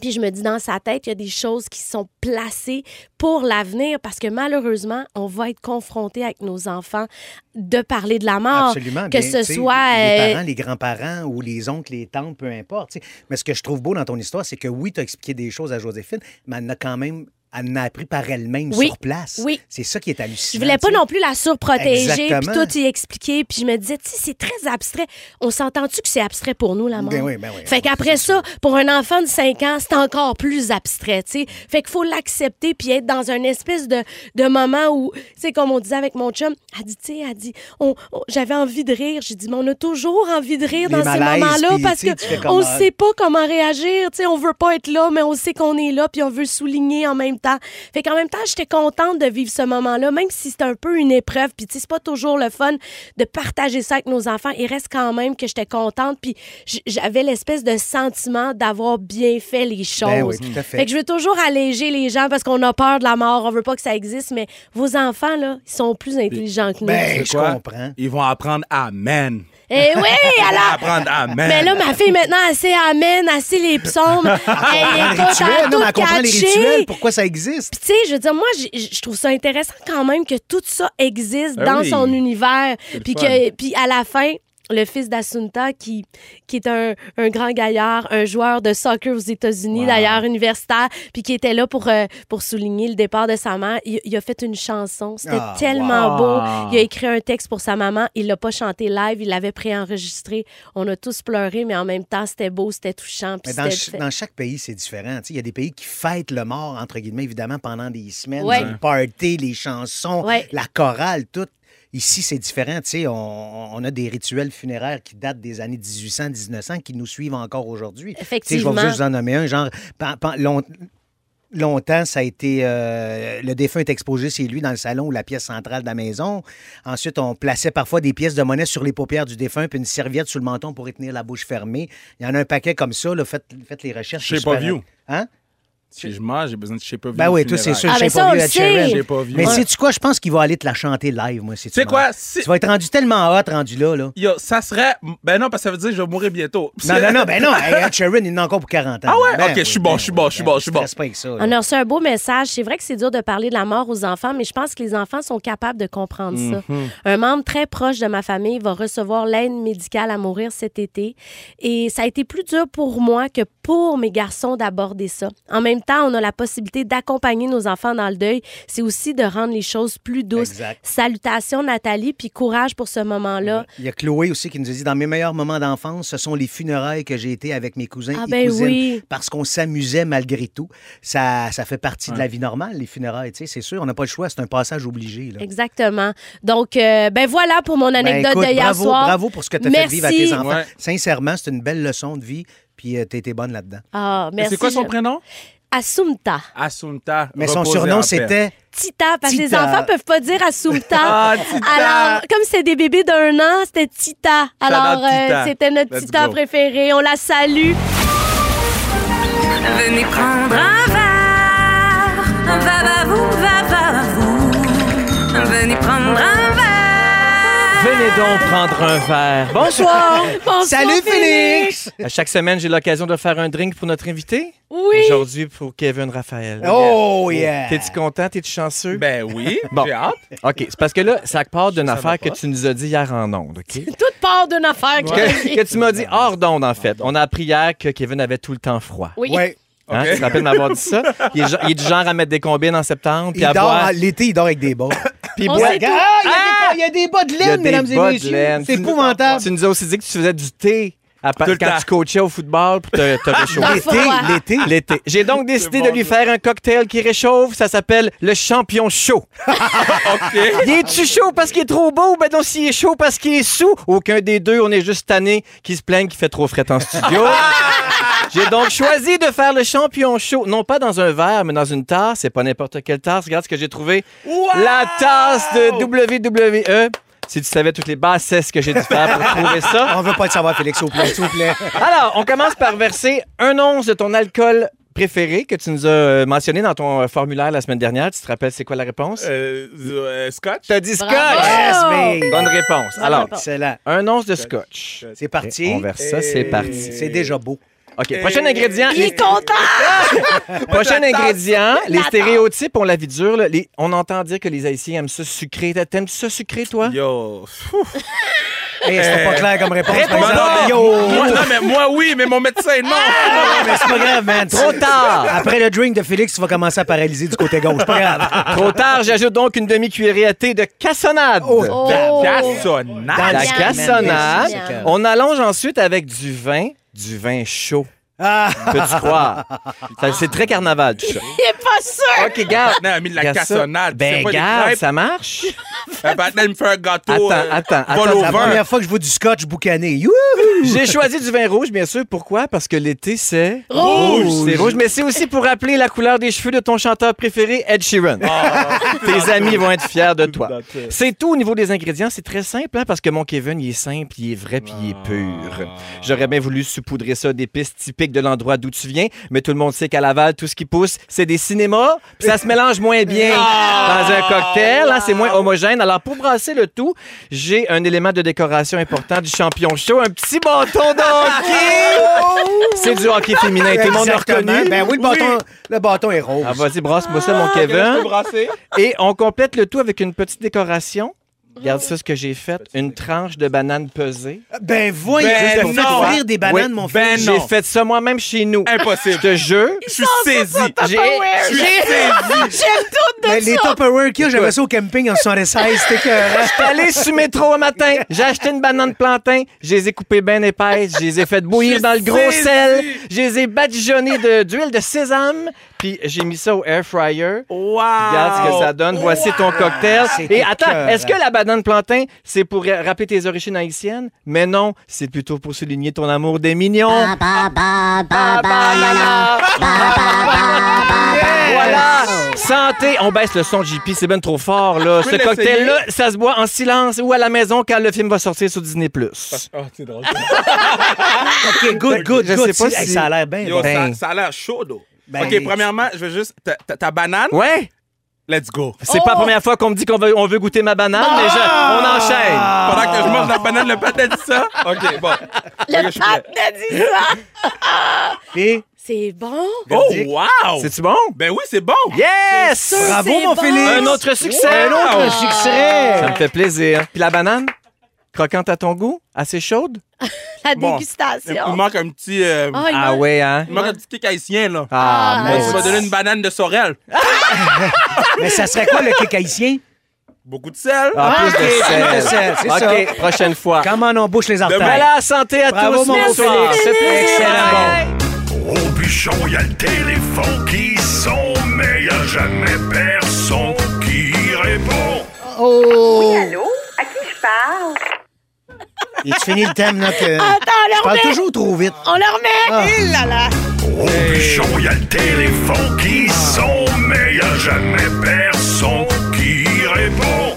[SPEAKER 3] Puis je me dis dans sa tête, il y a des choses qui sont placées pour l'avenir parce que malheureusement, on va être confronté avec nos enfants de parler de la mort.
[SPEAKER 2] Absolument.
[SPEAKER 3] Que
[SPEAKER 2] bien,
[SPEAKER 3] ce
[SPEAKER 2] tu sais,
[SPEAKER 3] soit
[SPEAKER 2] Les
[SPEAKER 3] euh,
[SPEAKER 2] parents, les grands-parents ou les oncles, les tantes, peu importe. tu sais. Mais ce que je trouve beau dans ton histoire, c'est que oui, tu as expliqué des choses à Joséphine, mais elle en a quand même elle en a appris par elle-même
[SPEAKER 3] Oui,
[SPEAKER 2] sur place.
[SPEAKER 3] oui.
[SPEAKER 2] C'est ça qui est hallucinant.
[SPEAKER 3] Je voulais pas
[SPEAKER 2] tu sais.
[SPEAKER 3] non plus la surprotéger, puis
[SPEAKER 2] Exactement.
[SPEAKER 3] tout y expliquer, puis je me disais, tu sais, c'est très abstrait. On s'entend-tu que c'est abstrait pour nous, la mort?
[SPEAKER 2] Ben oui, ben oui.
[SPEAKER 3] Fait qu'après ça, pour un enfant de 5 ans, c'est encore plus abstrait, tu sais. Fait qu'il faut l'accepter, puis être dans une espèce de, de moment où, tu sais, comme on disait avec mon chum, elle dit, tu sais, elle dit, on, on- j'avais envie de rire. J'ai dit, mais on a toujours envie de rire
[SPEAKER 2] Les
[SPEAKER 3] dans ces
[SPEAKER 2] malaises,
[SPEAKER 3] moments-là
[SPEAKER 2] puis,
[SPEAKER 3] parce
[SPEAKER 2] tu sais, tu fais
[SPEAKER 3] que
[SPEAKER 2] comme,
[SPEAKER 3] on
[SPEAKER 2] ah,
[SPEAKER 3] sait pas comment réagir, tu sais, on veut pas être là, mais on sait qu'on est là, puis on veut souligner en même longtemps. Fait qu'en même temps, j'étais contente de vivre ce moment-là, même si c'est un peu une épreuve. Puis, tu sais, c'est pas toujours le fun de partager ça avec nos enfants. Il reste quand même que j'étais contente. Puis, j- j'avais l'espèce de sentiment d'avoir bien fait les choses.
[SPEAKER 2] Ben oui, tout à fait.
[SPEAKER 3] Fait que je veux toujours alléger les gens parce qu'on a peur de la mort. On veut pas que ça existe. Mais vos enfants, là, ils sont plus intelligents que nous.
[SPEAKER 2] Ben,
[SPEAKER 4] Tu sais
[SPEAKER 2] je
[SPEAKER 4] quoi?
[SPEAKER 2] comprends.
[SPEAKER 4] Ils vont apprendre Amen.
[SPEAKER 3] Eh
[SPEAKER 4] Ils
[SPEAKER 3] oui,
[SPEAKER 4] vont
[SPEAKER 3] alors.
[SPEAKER 2] Ah,
[SPEAKER 4] apprendre Amen.
[SPEAKER 3] Mais là, ma fille, maintenant, elle sait Amen, elle sait les psaumes. Elle
[SPEAKER 2] Ah, Les
[SPEAKER 3] écoute, elle a
[SPEAKER 2] rituels, non, mais
[SPEAKER 3] tout
[SPEAKER 2] elle comprend les
[SPEAKER 3] catché.
[SPEAKER 2] rituels, pourquoi ça existe.
[SPEAKER 3] Puis, tu sais, je veux dire, moi, j'ai- je trouve ça intéressant quand même que tout ça existe
[SPEAKER 4] Ben
[SPEAKER 3] dans
[SPEAKER 4] oui.
[SPEAKER 3] son univers.
[SPEAKER 4] le
[SPEAKER 3] Puis,
[SPEAKER 4] fun.
[SPEAKER 3] que, puis à la fin, le fils d'Assunta, qui, qui est un, un grand gaillard, un joueur de soccer aux États-Unis, d'ailleurs universitaire, puis qui était là pour, euh, pour souligner le départ de sa mère, il, il a fait une chanson. C'était
[SPEAKER 2] Ah,
[SPEAKER 3] tellement
[SPEAKER 4] wow.
[SPEAKER 3] beau. Il a écrit un texte pour sa maman. Il l'a pas chanté live, il l'avait préenregistré. On a tous pleuré, mais en même temps, c'était beau, c'était touchant. puis
[SPEAKER 2] Mais dans,
[SPEAKER 3] c'était
[SPEAKER 2] ch-
[SPEAKER 3] fait-
[SPEAKER 2] dans chaque pays, c'est différent. Tu sais, Il y a des pays qui fêtent le mort, entre guillemets, évidemment, pendant des semaines.
[SPEAKER 3] Ouais.
[SPEAKER 2] C'est Le party, les chansons,
[SPEAKER 3] Ouais.
[SPEAKER 2] la chorale, tout. Ici, c'est différent. Tu sais, on, on a des rituels funéraires qui datent des années 1800, 1900, qui nous suivent encore aujourd'hui. Tu sais, Je vais
[SPEAKER 3] Effectivement.
[SPEAKER 2] juste vous en nommer un. Genre, pen- pen- long- longtemps, ça a été. euh, le défunt est exposé chez lui dans le salon ou la pièce centrale de la maison. Ensuite, on plaçait parfois des pièces de monnaie sur les paupières du défunt puis une serviette sous le menton pour y tenir la bouche fermée. Il y en a un paquet comme ça. Là, faites, faites les recherches.
[SPEAKER 4] Shape
[SPEAKER 2] c'est super-
[SPEAKER 4] of you.
[SPEAKER 2] Hein?
[SPEAKER 4] Si je mange, j'ai besoin de shape of
[SPEAKER 2] Ben
[SPEAKER 4] view
[SPEAKER 2] oui, toi, c'est
[SPEAKER 4] funéraire.
[SPEAKER 2] sûr.
[SPEAKER 3] Ah,
[SPEAKER 2] Shape
[SPEAKER 3] ben ça,
[SPEAKER 2] of
[SPEAKER 3] on
[SPEAKER 2] you
[SPEAKER 3] le
[SPEAKER 2] à
[SPEAKER 3] sait.
[SPEAKER 2] Sharon.
[SPEAKER 4] Shape of you.
[SPEAKER 2] Mais
[SPEAKER 4] Ouais.
[SPEAKER 2] sais-tu quoi? Je pense qu'il va aller te la chanter live, moi. Si tu
[SPEAKER 4] Tu sais
[SPEAKER 2] m'en-
[SPEAKER 4] quoi? Si-
[SPEAKER 2] Tu vas être rendu tellement hot rendu là, là.
[SPEAKER 4] Yo, ça serait. Ben non, parce que ça veut dire que je vais mourir bientôt.
[SPEAKER 2] Non, non, non, ben non, hey, Ed Sheeran, il en a encore pour 40 ans.
[SPEAKER 4] Ah ouais?
[SPEAKER 2] Ben
[SPEAKER 4] Ok,
[SPEAKER 2] oui,
[SPEAKER 4] je suis bon,
[SPEAKER 2] ben
[SPEAKER 4] je suis
[SPEAKER 2] oui,
[SPEAKER 4] bon, je suis
[SPEAKER 2] ben
[SPEAKER 4] bon,
[SPEAKER 2] oui,
[SPEAKER 4] je suis bon.
[SPEAKER 2] stresse pas avec ça, là.
[SPEAKER 3] On a reçu un beau message. C'est vrai que c'est dur de parler de la mort aux enfants, mais je pense que les enfants sont capables de comprendre
[SPEAKER 2] Mhm.
[SPEAKER 3] ça. Un membre très proche de ma famille va recevoir l'aide médicale à mourir cet été. Et ça a été plus dur pour moi que pour mes garçons d'aborder ça. En même temps, on a la possibilité d'accompagner nos enfants dans le deuil. C'est aussi de rendre les choses plus douces.
[SPEAKER 2] Exact.
[SPEAKER 3] Salutations, Nathalie, puis courage pour ce moment-là.
[SPEAKER 2] Il y a Chloé aussi qui nous a dit dans mes meilleurs moments d'enfance, ce sont les funérailles que j'ai été avec mes cousins
[SPEAKER 3] Ah
[SPEAKER 2] et
[SPEAKER 3] ben
[SPEAKER 2] cousines
[SPEAKER 3] oui.
[SPEAKER 2] parce qu'on s'amusait malgré tout. Ça, ça fait partie de la vie normale les funérailles, tu sais, c'est sûr, on n'a pas le choix, c'est un passage obligé là.
[SPEAKER 3] Exactement. Donc, euh, ben voilà pour mon
[SPEAKER 2] Ben,
[SPEAKER 3] anecdote
[SPEAKER 2] écoute,
[SPEAKER 3] de hier
[SPEAKER 2] bravo,
[SPEAKER 3] soir.
[SPEAKER 2] bravo pour ce que tu as fait
[SPEAKER 3] Merci.
[SPEAKER 2] vivre à tes enfants.
[SPEAKER 4] Ouais.
[SPEAKER 2] Sincèrement, c'est une belle leçon de vie puis tu étais bonne là-dedans.
[SPEAKER 3] Ah,
[SPEAKER 4] Mais
[SPEAKER 3] merci.
[SPEAKER 4] C'est quoi son
[SPEAKER 3] je-
[SPEAKER 4] prénom?
[SPEAKER 3] Assumpta.
[SPEAKER 4] Assunta.
[SPEAKER 2] Mais son
[SPEAKER 4] Reposez
[SPEAKER 2] surnom
[SPEAKER 4] en paix.
[SPEAKER 2] c'était
[SPEAKER 3] Tita, parce que les
[SPEAKER 2] Tita.
[SPEAKER 3] enfants peuvent pas dire Assumpta.
[SPEAKER 4] Ah, Tita!
[SPEAKER 3] Alors, comme c'est des bébés d'un an, c'était Tita. Alors,
[SPEAKER 4] out Tita.
[SPEAKER 3] euh, c'était notre
[SPEAKER 4] Let's
[SPEAKER 3] Tita
[SPEAKER 4] go.
[SPEAKER 3] préférée. On la salue.
[SPEAKER 7] Venez prendre un verre, va va vous, va va vous. Venez prendre un verre.
[SPEAKER 8] Venez donc prendre un verre. Bonsoir!
[SPEAKER 3] Bonsoir,
[SPEAKER 2] Salut Félix.
[SPEAKER 8] À chaque semaine, j'ai l'occasion de faire un drink pour notre invité.
[SPEAKER 3] Oui.
[SPEAKER 8] Aujourd'hui, pour Kevin Raphaël.
[SPEAKER 2] Oh yeah.
[SPEAKER 8] T'es-tu content? T'es-tu chanceux?
[SPEAKER 4] Ben oui,
[SPEAKER 8] Bon.
[SPEAKER 4] j'ai hâte.
[SPEAKER 8] OK, c'est parce que là, ça part d'une
[SPEAKER 4] Ça va
[SPEAKER 8] affaire
[SPEAKER 4] pas.
[SPEAKER 8] que tu nous as dit hier en ondes, OK?
[SPEAKER 3] Toute part d'une affaire. que-
[SPEAKER 8] Que, que tu m'as dit hors d'onde, en fait. On a appris hier que Kevin avait tout le temps froid.
[SPEAKER 3] Oui.
[SPEAKER 2] Ouais.
[SPEAKER 8] Hein,
[SPEAKER 4] OK.
[SPEAKER 8] Tu te rappelles de m'avoir dit ça? Il est, ge- il est du genre à mettre des combines en septembre, puis
[SPEAKER 2] Il
[SPEAKER 8] à
[SPEAKER 2] dort
[SPEAKER 8] boire.
[SPEAKER 2] l'été, il dort avec des bas.
[SPEAKER 8] Puis
[SPEAKER 3] On
[SPEAKER 8] boire.
[SPEAKER 3] sait tout.
[SPEAKER 2] Ah, il y, a des- il y a des bas de
[SPEAKER 8] Il y a
[SPEAKER 2] laine,
[SPEAKER 8] des
[SPEAKER 2] mesdames
[SPEAKER 8] bas
[SPEAKER 2] et
[SPEAKER 8] de
[SPEAKER 2] messieurs.
[SPEAKER 8] laine.
[SPEAKER 2] C'est
[SPEAKER 8] Tu nous-
[SPEAKER 2] épouvantable.
[SPEAKER 8] Tu nous as aussi dit que tu faisais du thé à part-
[SPEAKER 4] Tout le
[SPEAKER 8] quand
[SPEAKER 4] temps.
[SPEAKER 8] tu coachais au football pour te, te réchauffer.
[SPEAKER 2] L'été,
[SPEAKER 3] froid.
[SPEAKER 2] l'été.
[SPEAKER 8] L'été. J'ai donc décidé de
[SPEAKER 4] bon,
[SPEAKER 8] lui
[SPEAKER 4] ça.
[SPEAKER 8] faire un cocktail qui réchauffe. Ça s'appelle le champion chaud.
[SPEAKER 4] OK.
[SPEAKER 8] Il est-tu chaud parce qu'il est trop beau? Ben non, s'il est chaud parce qu'il est sous. Aucun des deux, on est juste tanné qui se plaignent qu'il fait trop fret en studio. J'ai donc choisi de faire le champion chaud, non pas dans un verre, mais dans une tasse. C'est pas n'importe quelle tasse. Regarde ce que j'ai trouvé.
[SPEAKER 4] Euh,
[SPEAKER 8] La tasse de WWE. Si tu savais toutes les bassesses que j'ai dû faire pour trouver ça.
[SPEAKER 2] On veut pas le savoir, Félix, s'il vous plaît, s'il vous plaît.
[SPEAKER 8] Alors, on commence par verser un once de ton alcool préféré que tu nous as euh, mentionné dans ton euh, formulaire la semaine dernière. Tu te rappelles c'est quoi la réponse?
[SPEAKER 4] Euh, euh, scotch?
[SPEAKER 8] T'as dit scotch!
[SPEAKER 2] Yes,
[SPEAKER 3] Oh!
[SPEAKER 2] mais-
[SPEAKER 8] Bonne réponse. Alors,
[SPEAKER 2] Excellent.
[SPEAKER 8] un once de scotch.
[SPEAKER 2] C'est parti.
[SPEAKER 8] On verse ça, c'est
[SPEAKER 4] Et-
[SPEAKER 8] parti.
[SPEAKER 2] C'est déjà beau.
[SPEAKER 8] OK, prochain ingrédient.
[SPEAKER 3] Il est content.
[SPEAKER 8] Prochain ingrédient, les stéréotypes, on la vie dure. là. Les- on entend dire que les Haïtiens aiment ça sucré. T'aimes-tu ça sucré, toi?
[SPEAKER 4] Yo. Ouf.
[SPEAKER 2] Hey, c'était Eh,
[SPEAKER 8] Euh,
[SPEAKER 2] pas clair comme réponse. par
[SPEAKER 4] Ben non, mais-
[SPEAKER 2] exemple. Yo!
[SPEAKER 4] Moi, non, mais moi oui, mais mon médecin, non.
[SPEAKER 3] Ah!
[SPEAKER 2] Non, mais c'est pas grave, man.
[SPEAKER 8] Trop tard!
[SPEAKER 2] Après le drink de Félix, tu vas commencer à paralyser du côté gauche. Pas grave.
[SPEAKER 8] Trop tard, j'ajoute donc une demi-cuillerée à thé de cassonade.
[SPEAKER 3] Oh.
[SPEAKER 4] La
[SPEAKER 2] Dans
[SPEAKER 4] cassonade.
[SPEAKER 8] La
[SPEAKER 2] le-
[SPEAKER 8] cassonade.
[SPEAKER 2] Yes, yes, yes.
[SPEAKER 8] On allonge ensuite avec du vin, du vin chaud.
[SPEAKER 2] Ah,
[SPEAKER 8] Peux-tu croire? Ça, C'est très carnaval, tout ça.
[SPEAKER 3] Il est pas sûr.
[SPEAKER 8] OK, garde.
[SPEAKER 4] Non, elle a mis de la
[SPEAKER 8] Garde ça.
[SPEAKER 4] cassonade.
[SPEAKER 8] Ben,
[SPEAKER 4] c'est pas des
[SPEAKER 8] garde,
[SPEAKER 4] crêpes.
[SPEAKER 8] ça marche.
[SPEAKER 4] Euh, Maintenant, il me fait un gâteau. euh,
[SPEAKER 8] Attends, attends,
[SPEAKER 4] vol
[SPEAKER 8] attends,
[SPEAKER 4] au
[SPEAKER 8] la
[SPEAKER 2] La
[SPEAKER 4] vent.
[SPEAKER 2] première fois que je vois du scotch boucané. Youhou!
[SPEAKER 8] J'ai choisi du vin rouge, bien sûr. Pourquoi? Parce que l'été, c'est...
[SPEAKER 3] Rouge!
[SPEAKER 8] C'est rouge, mais c'est aussi pour rappeler la couleur des cheveux de ton chanteur préféré, Ed Sheeran.
[SPEAKER 4] Ah,
[SPEAKER 8] Tes amis vont être fiers de toi. C'est tout au niveau des ingrédients. C'est très simple, hein, parce que mon Kevin, il est simple, il est vrai, puis il est pur. J'aurais bien voulu saupoudrer ça d'épices typiques de l'endroit d'où tu viens, mais tout le monde sait qu'à Laval, tout ce qui pousse, c'est des cinémas, puis ça se mélange moins bien dans un cocktail. hein, c'est moins homogène. Alors, pour brasser le tout, j'ai un élément de décoration important du champion chaud, un petit bâton de hockey. C'est du hockey féminin. Tout le monde a
[SPEAKER 2] Exactement.
[SPEAKER 8] reconnu.
[SPEAKER 2] Ben oui, le bâton, le bâton est rose.
[SPEAKER 8] Ah, vas-y, brasse-moi ça, mon
[SPEAKER 4] Je
[SPEAKER 8] Kevin.
[SPEAKER 4] peux brasser.
[SPEAKER 8] Et on complète le tout avec une petite décoration. Regarde ça, ce que j'ai fait. Une tranche de banane pesée.
[SPEAKER 2] Ben voyons,
[SPEAKER 4] Ben
[SPEAKER 2] je te fais
[SPEAKER 4] non.
[SPEAKER 2] ouvrir des bananes,
[SPEAKER 8] Oui,
[SPEAKER 2] mon frère.
[SPEAKER 4] Ben
[SPEAKER 8] J'ai
[SPEAKER 4] non.
[SPEAKER 8] fait ça moi-même chez nous. Je
[SPEAKER 4] Impossible.
[SPEAKER 8] te jure.
[SPEAKER 4] Je suis saisi.
[SPEAKER 8] J'ai...
[SPEAKER 4] Je suis saisi.
[SPEAKER 2] Ben, les Tupperware qu'il y a, j'avais ça au camping en 76, c'était écœurant.
[SPEAKER 8] J'étais allé sur métro un matin, j'ai acheté une banane plantain, je les ai coupées bien épaisses, je les ai faites bouillir dans le gros
[SPEAKER 4] saisi.
[SPEAKER 8] sel, je les ai badigeonnées de- d'huile de sésame, puis j'ai mis ça au air fryer.
[SPEAKER 4] Wow.
[SPEAKER 8] Regarde ce que ça donne. Voici ton cocktail. Et attends,
[SPEAKER 2] écœurant.
[SPEAKER 8] est-ce que la banane plantain, c'est pour ra- rappeler tes origines haïtiennes? Mais non, c'est plutôt pour souligner ton amour des mignons. Ah, bah, Voilà! Santé! On baisse le son, JP, c'est ben trop fort, là.
[SPEAKER 4] peux
[SPEAKER 8] Ce
[SPEAKER 4] l'essayer?
[SPEAKER 8] cocktail-là, ça se boit en silence ou à la maison quand le film va sortir sur Disney+.
[SPEAKER 4] Ah, c'est drôle.
[SPEAKER 2] OK, good, good,
[SPEAKER 8] ben, Je
[SPEAKER 2] good.
[SPEAKER 8] sais pas
[SPEAKER 2] Hey,
[SPEAKER 8] si-
[SPEAKER 2] ça a l'air bien.
[SPEAKER 4] Yo,
[SPEAKER 2] bon.
[SPEAKER 4] ça,
[SPEAKER 8] Ben.
[SPEAKER 4] ça a l'air chaud, d'eau.
[SPEAKER 2] Ben.
[SPEAKER 4] OK, premièrement, je veux juste... Ta, ta- ta banane,
[SPEAKER 8] Ouais!
[SPEAKER 4] let's go.
[SPEAKER 8] C'est pas la première fois qu'on me dit qu'on veut, on veut goûter ma banane, mais je- on enchaîne.
[SPEAKER 4] Pendant que je mange la banane, le pâte a dit ça. OK, bon. Ok, je suis prêt.
[SPEAKER 3] T'as dit ça?
[SPEAKER 2] Et
[SPEAKER 3] C'est bon?
[SPEAKER 4] Oh,
[SPEAKER 2] Verdict.
[SPEAKER 4] wow!
[SPEAKER 8] C'est-tu bon?
[SPEAKER 4] Ben oui, c'est bon!
[SPEAKER 8] Yes!
[SPEAKER 2] bravo,
[SPEAKER 3] C'est
[SPEAKER 2] mon
[SPEAKER 3] bon.
[SPEAKER 2] Félix.
[SPEAKER 8] Un autre succès!
[SPEAKER 4] Wow!
[SPEAKER 2] Un autre succès.
[SPEAKER 8] Ça me fait plaisir. Puis la banane? Croquante à ton goût? Assez chaude?
[SPEAKER 3] La
[SPEAKER 4] Bon. Il
[SPEAKER 3] dégustation.
[SPEAKER 4] manque un petit... euh,
[SPEAKER 3] Ah, il
[SPEAKER 8] Ah
[SPEAKER 3] manque-
[SPEAKER 8] ouais, hein?
[SPEAKER 4] Il manque un petit kick haïtien, là.
[SPEAKER 8] Ah,
[SPEAKER 3] Ah,
[SPEAKER 4] Moi,
[SPEAKER 8] maudit.
[SPEAKER 4] tu m'as donné une banane de sorel.
[SPEAKER 8] Ah,
[SPEAKER 2] Mais ça serait quoi le kick haïtien?
[SPEAKER 4] Beaucoup de sel.
[SPEAKER 8] Ah, plus
[SPEAKER 2] ok,
[SPEAKER 8] de sel.
[SPEAKER 2] plus de sel, c'est
[SPEAKER 8] OK, prochaine fois.
[SPEAKER 2] Comment on bouche les artères?
[SPEAKER 8] Voilà, santé à
[SPEAKER 2] Bravo,
[SPEAKER 8] tous.
[SPEAKER 2] mon
[SPEAKER 8] Merci,
[SPEAKER 2] Félix.
[SPEAKER 8] Félix. C'est plaisir. Bye.
[SPEAKER 2] Excellent.
[SPEAKER 1] Au bûchon, y a le téléphone qui sonne, mais y a jamais personne qui répond.
[SPEAKER 9] Allô? À qui je parle?
[SPEAKER 2] Et tu finis le thème, là, que...
[SPEAKER 3] Attends,
[SPEAKER 2] Je
[SPEAKER 3] on le
[SPEAKER 2] parle
[SPEAKER 3] remet.
[SPEAKER 2] toujours trop vite.
[SPEAKER 3] On le remet.
[SPEAKER 1] Au bûchon, y a le téléphone qui sonne, mais y a jamais personne qui répond.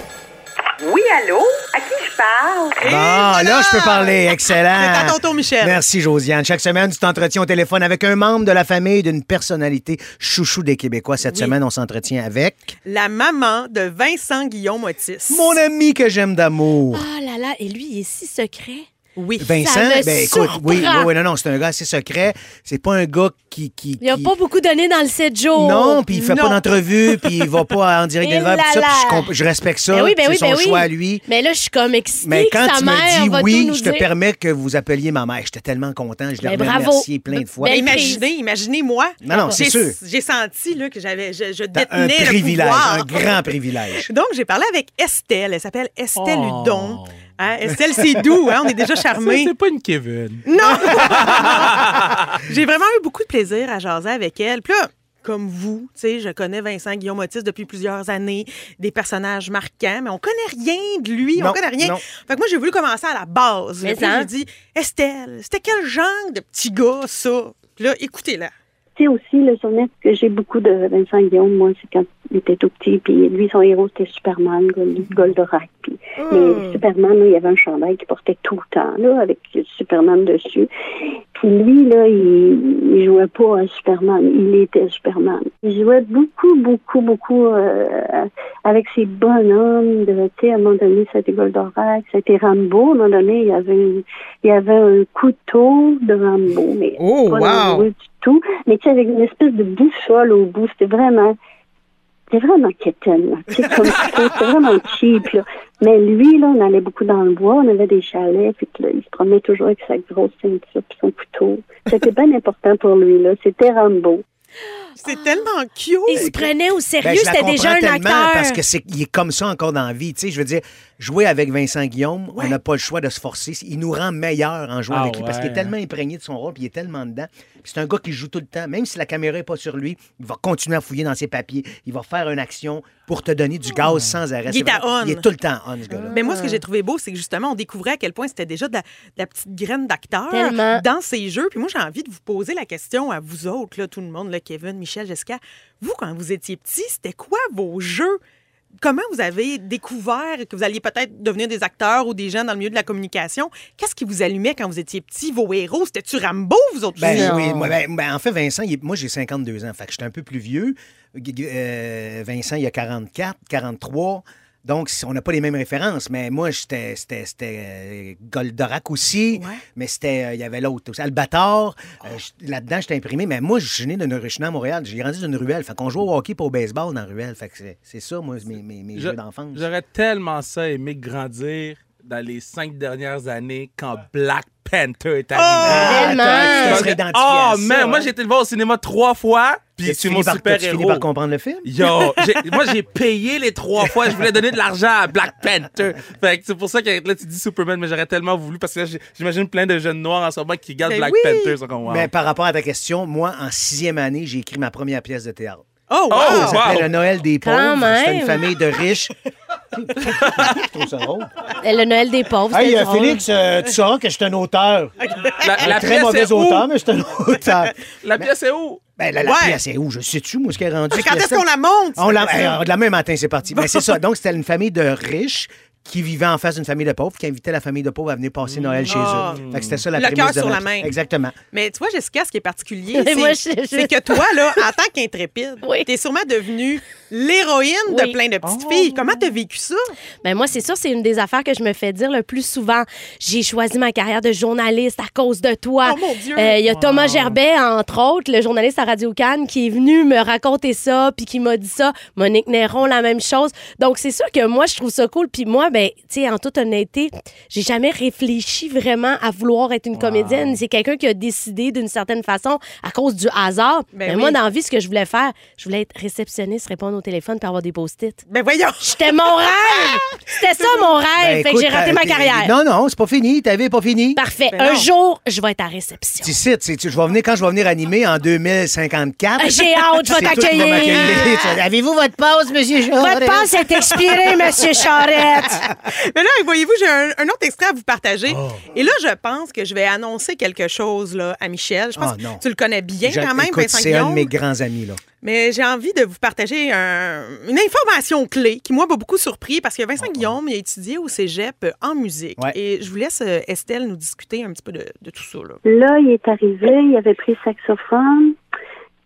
[SPEAKER 9] Oui, allô? À qui je parle?
[SPEAKER 2] Bon, Ah, là, je peux parler. Excellent.
[SPEAKER 10] C'est à ton tour, Michel.
[SPEAKER 2] Merci, Josiane. Chaque semaine, tu t'entretiens au téléphone avec un membre de la famille d'une personnalité chouchou des Québécois. Cette semaine, on s'entretient avec
[SPEAKER 10] La maman de Vincent Guillaume Otis.
[SPEAKER 2] mon ami que j'aime d'amour.
[SPEAKER 3] Ah là là, et lui, il est si secret.
[SPEAKER 10] Oui.
[SPEAKER 2] Vincent,
[SPEAKER 3] me
[SPEAKER 2] ben écoute,
[SPEAKER 3] surprend.
[SPEAKER 2] oui, oui, oui, non, non, c'est un gars assez secret. C'est pas un gars qui. qui
[SPEAKER 3] Il n'a
[SPEAKER 2] qui-
[SPEAKER 3] pas beaucoup donné dans le 7 jours.
[SPEAKER 2] Non, puis il fait pas
[SPEAKER 10] Non.
[SPEAKER 2] d'entrevue, puis il va pas en direct
[SPEAKER 3] Et
[SPEAKER 2] des verres, puis ça,
[SPEAKER 3] Oh, là
[SPEAKER 2] puis je,
[SPEAKER 3] là.
[SPEAKER 2] comp- je respecte ça.
[SPEAKER 3] Ben oui, ben
[SPEAKER 2] c'est
[SPEAKER 3] oui,
[SPEAKER 2] son
[SPEAKER 3] ben oui.
[SPEAKER 2] choix à lui.
[SPEAKER 3] Mais là, je suis comme excitée.
[SPEAKER 2] Mais quand
[SPEAKER 3] que sa
[SPEAKER 2] tu
[SPEAKER 3] mère
[SPEAKER 2] me
[SPEAKER 3] va
[SPEAKER 2] dis
[SPEAKER 3] tout
[SPEAKER 2] oui,
[SPEAKER 3] nous
[SPEAKER 2] je te
[SPEAKER 3] dire.
[SPEAKER 2] permets que vous appeliez ma mère. J'étais tellement content, je l'ai
[SPEAKER 3] Mais bravo. Ben,
[SPEAKER 2] remercié plein de fois.
[SPEAKER 3] Belle
[SPEAKER 10] Imaginez, imaginez moi.
[SPEAKER 2] Non, non, c'est sûr.
[SPEAKER 10] J'ai senti là, que j'avais, je, je
[SPEAKER 2] T'as un
[SPEAKER 10] détenais le
[SPEAKER 2] privilège,
[SPEAKER 10] pouvoir.
[SPEAKER 2] un grand privilège.
[SPEAKER 10] Donc, j'ai parlé avec Estelle. Elle s'appelle Estelle
[SPEAKER 3] Oh.
[SPEAKER 10] Hudon. Hein, Estelle, c'est doux. hein, on est déjà charmés.
[SPEAKER 4] C'est pas une Kevin.
[SPEAKER 10] Non! J'ai vraiment eu beaucoup de plaisir à jaser avec elle. Puis là, comme vous, tu sais, je connais Vincent Guillaume Otis depuis plusieurs années, des personnages marquants, mais on connaît rien de lui,
[SPEAKER 2] Non,
[SPEAKER 10] on connaît rien.
[SPEAKER 2] non.
[SPEAKER 10] Fait que moi, j'ai voulu commencer à la base.
[SPEAKER 3] Mais
[SPEAKER 10] Puis
[SPEAKER 3] hein.
[SPEAKER 10] j'ai dit, Estelle, c'était quel genre de petit gars, ça? Puis là, écoutez-la.
[SPEAKER 9] Tu sais aussi, le souvenir que j'ai beaucoup de Vincent Guillaume, moi, c'est quand il était tout petit, puis lui, son héros, c'était Superman, Gold- Goldorak. Puis, Mais Superman, là, il y avait un chandail qu'il portait tout le temps, là, avec Superman dessus. Puis lui, là, il, il jouait pas à Superman, il était Superman. Il jouait beaucoup, beaucoup, beaucoup euh, avec ses bonhommes. de- Tu sais, à un moment donné, c'était Goldorak, c'était Rambo. À un moment donné, il y avait, une- il y avait un couteau de Rambo, mais
[SPEAKER 10] Oh,
[SPEAKER 9] pas dangereux du tout. Mais tu sais, avec une espèce de boussole au bout, c'était vraiment. C'était vraiment quétaine, là. Tu sais, comme ça, c'était vraiment cheap, là. Mais lui, là, on allait beaucoup dans le bois, on avait des chalets, puis là, il se promenait toujours avec sa grosse ceinture puis son couteau. C'était bien important pour lui, là. C'était Rambo.
[SPEAKER 10] C'est tellement cute!
[SPEAKER 3] Il se prenait au
[SPEAKER 2] Ben,
[SPEAKER 3] sérieux,
[SPEAKER 2] je la
[SPEAKER 3] c'était
[SPEAKER 2] comprends
[SPEAKER 3] déjà un
[SPEAKER 2] tellement
[SPEAKER 3] acteur.
[SPEAKER 2] parce que c'est il est comme ça encore dans la vie, tu sais, je veux dire jouer avec Vincent Guillaume, on n'a pas le choix de se forcer. Il nous rend meilleurs en jouant
[SPEAKER 11] Ah
[SPEAKER 2] avec lui parce qu'il est
[SPEAKER 11] ouais.
[SPEAKER 2] tellement imprégné de son rôle, puis il est tellement dedans. Puis C'est un gars qui joue tout le temps. Même si la caméra n'est pas sur lui, il va continuer à fouiller dans ses papiers. Il va faire une action pour te donner du gaz sans arrêt.
[SPEAKER 10] Il
[SPEAKER 2] C'est
[SPEAKER 10] est à
[SPEAKER 2] vraiment-
[SPEAKER 10] on.
[SPEAKER 2] Il est tout le temps on, ce gars-là.
[SPEAKER 10] Mais Ben, moi, ce que j'ai trouvé beau, c'est que justement, on découvrait à quel point c'était déjà de la, de la petite graine d'acteur
[SPEAKER 3] Tellement.
[SPEAKER 10] dans ces jeux. Puis moi, j'ai envie de vous poser la question à vous autres, là, tout le monde, là, Kevin, Michel, Jessica. Vous, quand vous étiez petit, c'était quoi vos jeux? Comment vous avez découvert que vous alliez peut-être devenir des acteurs ou des gens dans le milieu de la communication? Qu'est-ce qui vous allumait quand vous étiez petit? Vos héros, c'était-tu Rambo, vous autres?
[SPEAKER 2] Ben
[SPEAKER 10] aussi?
[SPEAKER 2] oui, moi, ben- ben, en fait, Vincent, il est- moi j'ai 52 ans, fait que je suis un peu plus vieux. Gu- gu- euh, Vincent, il a 44, 43. Donc, si- on n'a pas les mêmes références, mais moi, j'étais- c'était c'était, euh, Goldorak aussi, mais c'était, euh, il y avait l'autre aussi, Albator. Euh, j- Là-dedans, j'étais imprimé, mais moi, je suis né d'une rue, je suis né à Montréal, j'ai grandi d'une ruelle. Fait qu'on jouait au hockey pas au baseball dans la ruelle. Fait que c'est- c'est ça, moi, mes, mes- mes
[SPEAKER 4] Je-
[SPEAKER 2] jeux d'enfance.
[SPEAKER 4] J'aurais tellement ça aimé grandir dans les cinq dernières années quand Black Panther est arrivé.
[SPEAKER 2] Tellement!
[SPEAKER 4] Parce
[SPEAKER 2] Ah, Tu serais
[SPEAKER 4] que-
[SPEAKER 2] identifié à
[SPEAKER 4] Oh,
[SPEAKER 2] ça,
[SPEAKER 4] man! Moi,
[SPEAKER 2] hein?
[SPEAKER 4] j'ai été le voir au cinéma trois fois, puis
[SPEAKER 2] T'as-tu
[SPEAKER 4] c'est
[SPEAKER 2] fini
[SPEAKER 4] mon
[SPEAKER 2] par- t'as-tu fini par
[SPEAKER 4] super-héros.
[SPEAKER 2] comprendre le film?
[SPEAKER 4] Yo, j'ai- moi j'ai payé les trois fois, je voulais donner de l'argent à Black Panther. Fait que c'est pour ça que là tu dis Superman, mais j'aurais tellement voulu parce que là, j'ai- j'imagine plein de jeunes noirs en ce moment qui regardent
[SPEAKER 2] Mais
[SPEAKER 4] Black
[SPEAKER 2] oui.
[SPEAKER 4] Panther. ils sont comme, wow.
[SPEAKER 2] Mais Ben, par rapport à ta question, moi, en sixième année, j'ai écrit ma première pièce de théâtre.
[SPEAKER 10] Oh,
[SPEAKER 4] wow!
[SPEAKER 2] Ça s'appelait
[SPEAKER 4] Wow!
[SPEAKER 2] Le Noël des
[SPEAKER 3] Quand
[SPEAKER 2] pauvres. C'était
[SPEAKER 3] même!
[SPEAKER 2] une famille de riches. Je trouve ça drôle.
[SPEAKER 3] Et Le Noël des pauvres,
[SPEAKER 2] Hey,
[SPEAKER 3] c'était
[SPEAKER 2] euh,
[SPEAKER 3] drôle.
[SPEAKER 2] Félix, euh, tu sauras que je suis un auteur.
[SPEAKER 10] Ah,
[SPEAKER 4] La,
[SPEAKER 2] Un
[SPEAKER 4] la
[SPEAKER 2] très
[SPEAKER 4] pièce
[SPEAKER 2] mauvais
[SPEAKER 4] est où?
[SPEAKER 2] auteur, mais je suis un auteur.
[SPEAKER 4] La pièce est où?
[SPEAKER 2] Ben, la, la
[SPEAKER 10] Ouais.
[SPEAKER 2] pièce est où? Je sais-tu, moi, ce qu'elle est rendu?
[SPEAKER 10] Mais quand
[SPEAKER 2] Je
[SPEAKER 10] est-ce
[SPEAKER 2] sais.
[SPEAKER 10] qu'on la monte?
[SPEAKER 2] On l'a...
[SPEAKER 10] C'est ça.
[SPEAKER 2] Eh, demain matin, c'est parti. Ben, c'est ça. Donc, c'était une famille de riches qui vivait en face d'une famille de pauvres, qui invitait la famille de pauvres à venir passer Noël chez
[SPEAKER 10] Ah.
[SPEAKER 2] eux. Fait que c'était ça la
[SPEAKER 10] Le
[SPEAKER 2] prémisse
[SPEAKER 10] cœur
[SPEAKER 2] de
[SPEAKER 10] sur la
[SPEAKER 2] notre-
[SPEAKER 10] main.
[SPEAKER 2] Exactement.
[SPEAKER 10] Mais tu vois, Jessica, ce qui est particulier,
[SPEAKER 3] Et
[SPEAKER 10] c'est
[SPEAKER 3] moi, je- je-
[SPEAKER 10] c'est que toi, là, en tant qu'intrépide,
[SPEAKER 3] Oui.
[SPEAKER 10] t'es sûrement devenue l'héroïne de
[SPEAKER 3] Oui.
[SPEAKER 10] plein de
[SPEAKER 2] Oh.
[SPEAKER 10] petites filles. Comment t'as vécu ça?
[SPEAKER 3] Ben moi, c'est sûr, c'est une des affaires que je me fais dire le plus souvent. J'ai choisi ma carrière de journaliste à cause de toi.
[SPEAKER 10] Oh, mon Dieu!
[SPEAKER 3] Euh, Il y a Thomas Gerbet, entre autres, le journaliste à Radio Cannes, qui est venu me raconter ça, puis qui m'a dit ça. Monique Néron, la même chose. Donc, c'est sûr que moi, je trouve ça cool. Puis moi, ben, tu sais, en toute honnêteté, j'ai jamais réfléchi vraiment à vouloir être une comédienne. C'est quelqu'un qui a décidé d'une certaine façon à cause du hasard.
[SPEAKER 10] Ben
[SPEAKER 3] Mais
[SPEAKER 10] oui.
[SPEAKER 3] moi, dans la vie, ce que je voulais faire, je voulais être réceptionniste, répondre au téléphone, puis avoir des post-it.
[SPEAKER 10] Ben voyons!
[SPEAKER 3] C'était mon rêve! C'était ça
[SPEAKER 2] Ben,
[SPEAKER 3] mon rêve! fait que
[SPEAKER 2] écoute,
[SPEAKER 3] j'ai raté
[SPEAKER 2] t'as-
[SPEAKER 3] ma
[SPEAKER 2] t'es-
[SPEAKER 3] carrière.
[SPEAKER 2] Non, non, c'est pas fini. Ta vie n'est pas finie.
[SPEAKER 3] Parfait.
[SPEAKER 10] Ben
[SPEAKER 3] Un
[SPEAKER 10] non.
[SPEAKER 3] jour, je vais être à réception.
[SPEAKER 2] Tu sais, tu sais, tu- je vais venir quand je vais venir animer en 2054.
[SPEAKER 10] Euh,
[SPEAKER 3] Ah, j'ai hâte, je vais
[SPEAKER 2] C'est toi qui vas
[SPEAKER 3] t'accueillir.
[SPEAKER 2] m'accueillir. Tu- Avez-vous votre pause, monsieur Jean?
[SPEAKER 3] Votre passe est expirée, Monsieur Charette.
[SPEAKER 10] Mais là, voyez-vous, j'ai un, un autre extrait à vous partager.
[SPEAKER 2] Oh.
[SPEAKER 10] Et là, je pense que je vais annoncer quelque chose là, à Michel. Je pense
[SPEAKER 2] Ah, non.
[SPEAKER 10] que tu le connais bien
[SPEAKER 2] Je-
[SPEAKER 10] quand même,
[SPEAKER 2] écoute,
[SPEAKER 10] Vincent
[SPEAKER 2] C'est un de
[SPEAKER 10] Guillaume.
[SPEAKER 2] mes grands amis, là.
[SPEAKER 10] Mais j'ai envie de vous partager un- une information clé qui, moi, m'a beaucoup surpris parce que Vincent Guillaume il a étudié au cégep euh, en musique.
[SPEAKER 2] Oh, Ouais.
[SPEAKER 10] Et je vous laisse, euh, Estelle, nous discuter un petit peu de, de tout ça. Là.
[SPEAKER 9] Là, il est arrivé, il avait pris le saxophone,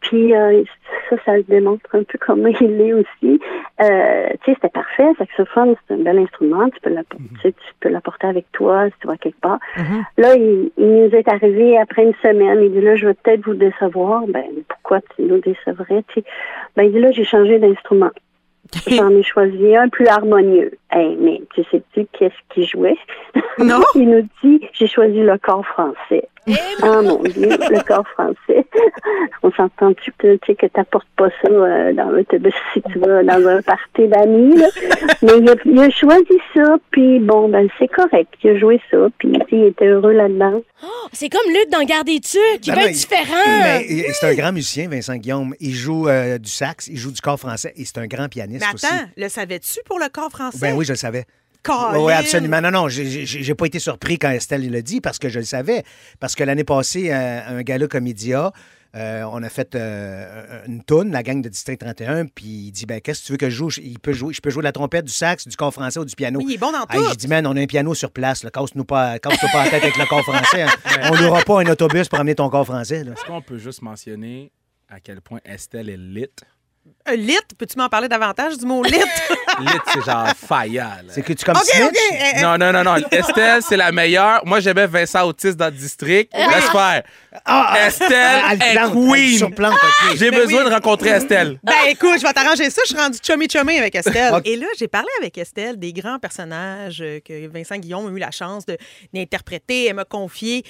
[SPEAKER 9] puis euh, ça, ça le démontre un peu comment il est aussi. Euh, tu sais, c'était parfait, le saxophone, c'est un bel instrument, tu peux l'app- tu sais, tu peux l'apporter avec toi si tu vas quelque part. Là, il, il nous est arrivé après une semaine, il dit là, je vais peut-être vous décevoir. Ben, pourquoi tu nous décevrais, tu sais? Ben, il dit là, j'ai changé d'instrument. J'en ai choisi un plus harmonieux. Hey, mais tu sais-tu qu'est-ce qu'il jouait?
[SPEAKER 10] Non.
[SPEAKER 9] Il nous dit, j'ai choisi le corps français. Ah mon Dieu, le corps français. On s'entend-tu que, tu sais, que t'apportes pas ça euh, dans l'autobus si tu vas euh, dans un party d'amis, là? Mais il a, il a choisi ça, puis bon, ben c'est correct. Il a joué ça, puis tu sais, il était heureux là-dedans.
[SPEAKER 3] C'est comme Luc dans Gardez-tu, qui
[SPEAKER 2] Ben
[SPEAKER 3] va
[SPEAKER 2] non, il-
[SPEAKER 3] être
[SPEAKER 10] Euh,
[SPEAKER 3] différent.
[SPEAKER 2] Mais il- c'est un grand musicien, Vincent Guillaume. Il joue euh, du sax, il joue du corps français et c'est un grand pianiste
[SPEAKER 10] Mais attends,
[SPEAKER 2] aussi.
[SPEAKER 10] le savais-tu pour le corps français?
[SPEAKER 2] Ben oui, je le savais.
[SPEAKER 10] Colin.
[SPEAKER 2] Oui, absolument. Non, non, j'ai- j'ai j'ai pas été surpris quand Estelle l'a dit parce que je le savais. Parce que l'année passée, à un gala comédia, euh, on a fait euh, une toune, la gang de District 31, puis il dit ben, Qu'est-ce que tu veux que je joue Il peut jouer, Je peux jouer de la trompette, du sax, du corps français ou du piano.
[SPEAKER 10] Oui, il est bon dans
[SPEAKER 2] Ah, J'ai
[SPEAKER 10] tout.
[SPEAKER 2] dit Man, on a un piano sur place, là. casse-nous pas, casse-toi pas la tête avec le corps français. hein. On n'aura pas un autobus pour amener ton corps français. là.
[SPEAKER 4] Est-ce qu'on peut juste mentionner à quel point Estelle est lit?
[SPEAKER 10] Un lit, peux-tu m'en parler davantage du mot lit?
[SPEAKER 4] Lit, c'est genre faillal.
[SPEAKER 2] C'est que tu comme
[SPEAKER 10] OK,
[SPEAKER 2] Snitch?
[SPEAKER 10] OK. eh, eh,
[SPEAKER 4] Non, non, non, non. Estelle, c'est la meilleure. Moi, j'aimais Vincent Autiste dans le district. Laisse faire.
[SPEAKER 2] Ah, ah, ah,
[SPEAKER 4] Estelle
[SPEAKER 2] elle
[SPEAKER 4] est
[SPEAKER 2] plante, elle
[SPEAKER 4] queen.
[SPEAKER 2] surplante, ok.
[SPEAKER 4] J'ai besoin de rencontrer Estelle.
[SPEAKER 10] Ben écoute, je vais t'arranger ça, je suis rendue chummy chummy avec Estelle.
[SPEAKER 2] Ok.
[SPEAKER 10] Et là, j'ai parlé avec Estelle des grands personnages euh, que Vincent Guillaume a eu la chance de- d'interpréter. Elle m'a confié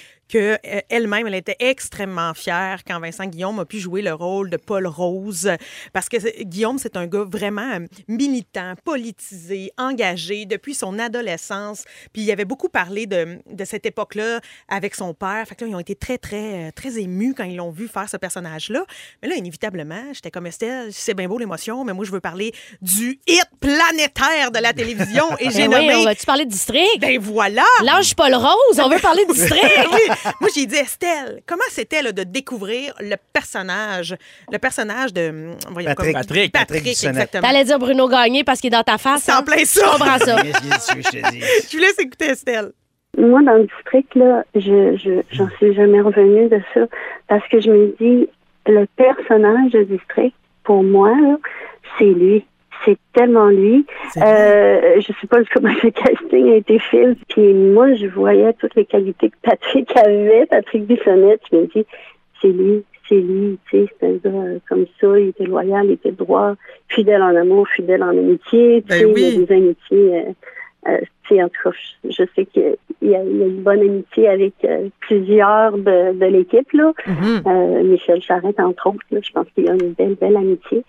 [SPEAKER 10] qu'elle-même, elle était extrêmement fière quand Vincent Guillaume a pu jouer le rôle de Paul Rose. Parce que c'est- Guillaume, c'est un gars vraiment euh, militant, politisé, engagé depuis son adolescence. Puis il avait beaucoup parlé de, de cette époque-là avec son père. Fait que là, ils ont été très, très, euh, très émus quand ils l'ont vu faire ce personnage-là. Mais là, inévitablement, j'étais comme Estelle, c'est bien beau l'émotion, mais moi, je veux parler du hit planétaire de la télévision. Et j'ai
[SPEAKER 3] Ben oui,
[SPEAKER 10] nommé
[SPEAKER 3] on va-tu parler de district?
[SPEAKER 10] Ben voilà!
[SPEAKER 3] Lâche Paul Rose, on veut parler de district!
[SPEAKER 10] oui. Moi, j'ai dit, Estelle, comment c'était là, de découvrir le personnage, le personnage de... hum, voyons,
[SPEAKER 2] Patrick.
[SPEAKER 10] comment-
[SPEAKER 2] Patrick. Patrick
[SPEAKER 10] Patrick,
[SPEAKER 2] Bissonnette.
[SPEAKER 10] exactement.
[SPEAKER 3] T'allais dire Bruno Gagné parce qu'il est dans ta face.
[SPEAKER 10] C'est en
[SPEAKER 3] hein?
[SPEAKER 10] plein ça.
[SPEAKER 3] Je comprends ça.
[SPEAKER 10] Je vous laisse écouter Estelle.
[SPEAKER 9] Moi, dans le district, là, je, je, j'en suis jamais revenue de ça parce que je me dis, le personnage de district, pour moi, là, c'est lui. C'est tellement lui. Euh, je suppose comment le casting a été fait. Puis moi, je voyais toutes les qualités que Patrick avait, Patrick Bissonnette. Je me dis, c'est lui, c'est lui, tu sais, c'est un gars euh, comme ça. Il était loyal, il était droit, fidèle en amour, fidèle en amitié. Tu
[SPEAKER 10] Ben
[SPEAKER 9] sais,
[SPEAKER 10] oui.
[SPEAKER 9] Il y a des amitiés. euh, euh, tu sais, en tout cas, je- je sais qu'il y, a il y a une bonne amitié avec euh, plusieurs de, de l'équipe, là.
[SPEAKER 10] Ah
[SPEAKER 9] Euh, Michel Charette, entre autres, là, je pense qu'il y a une belle, belle amitié.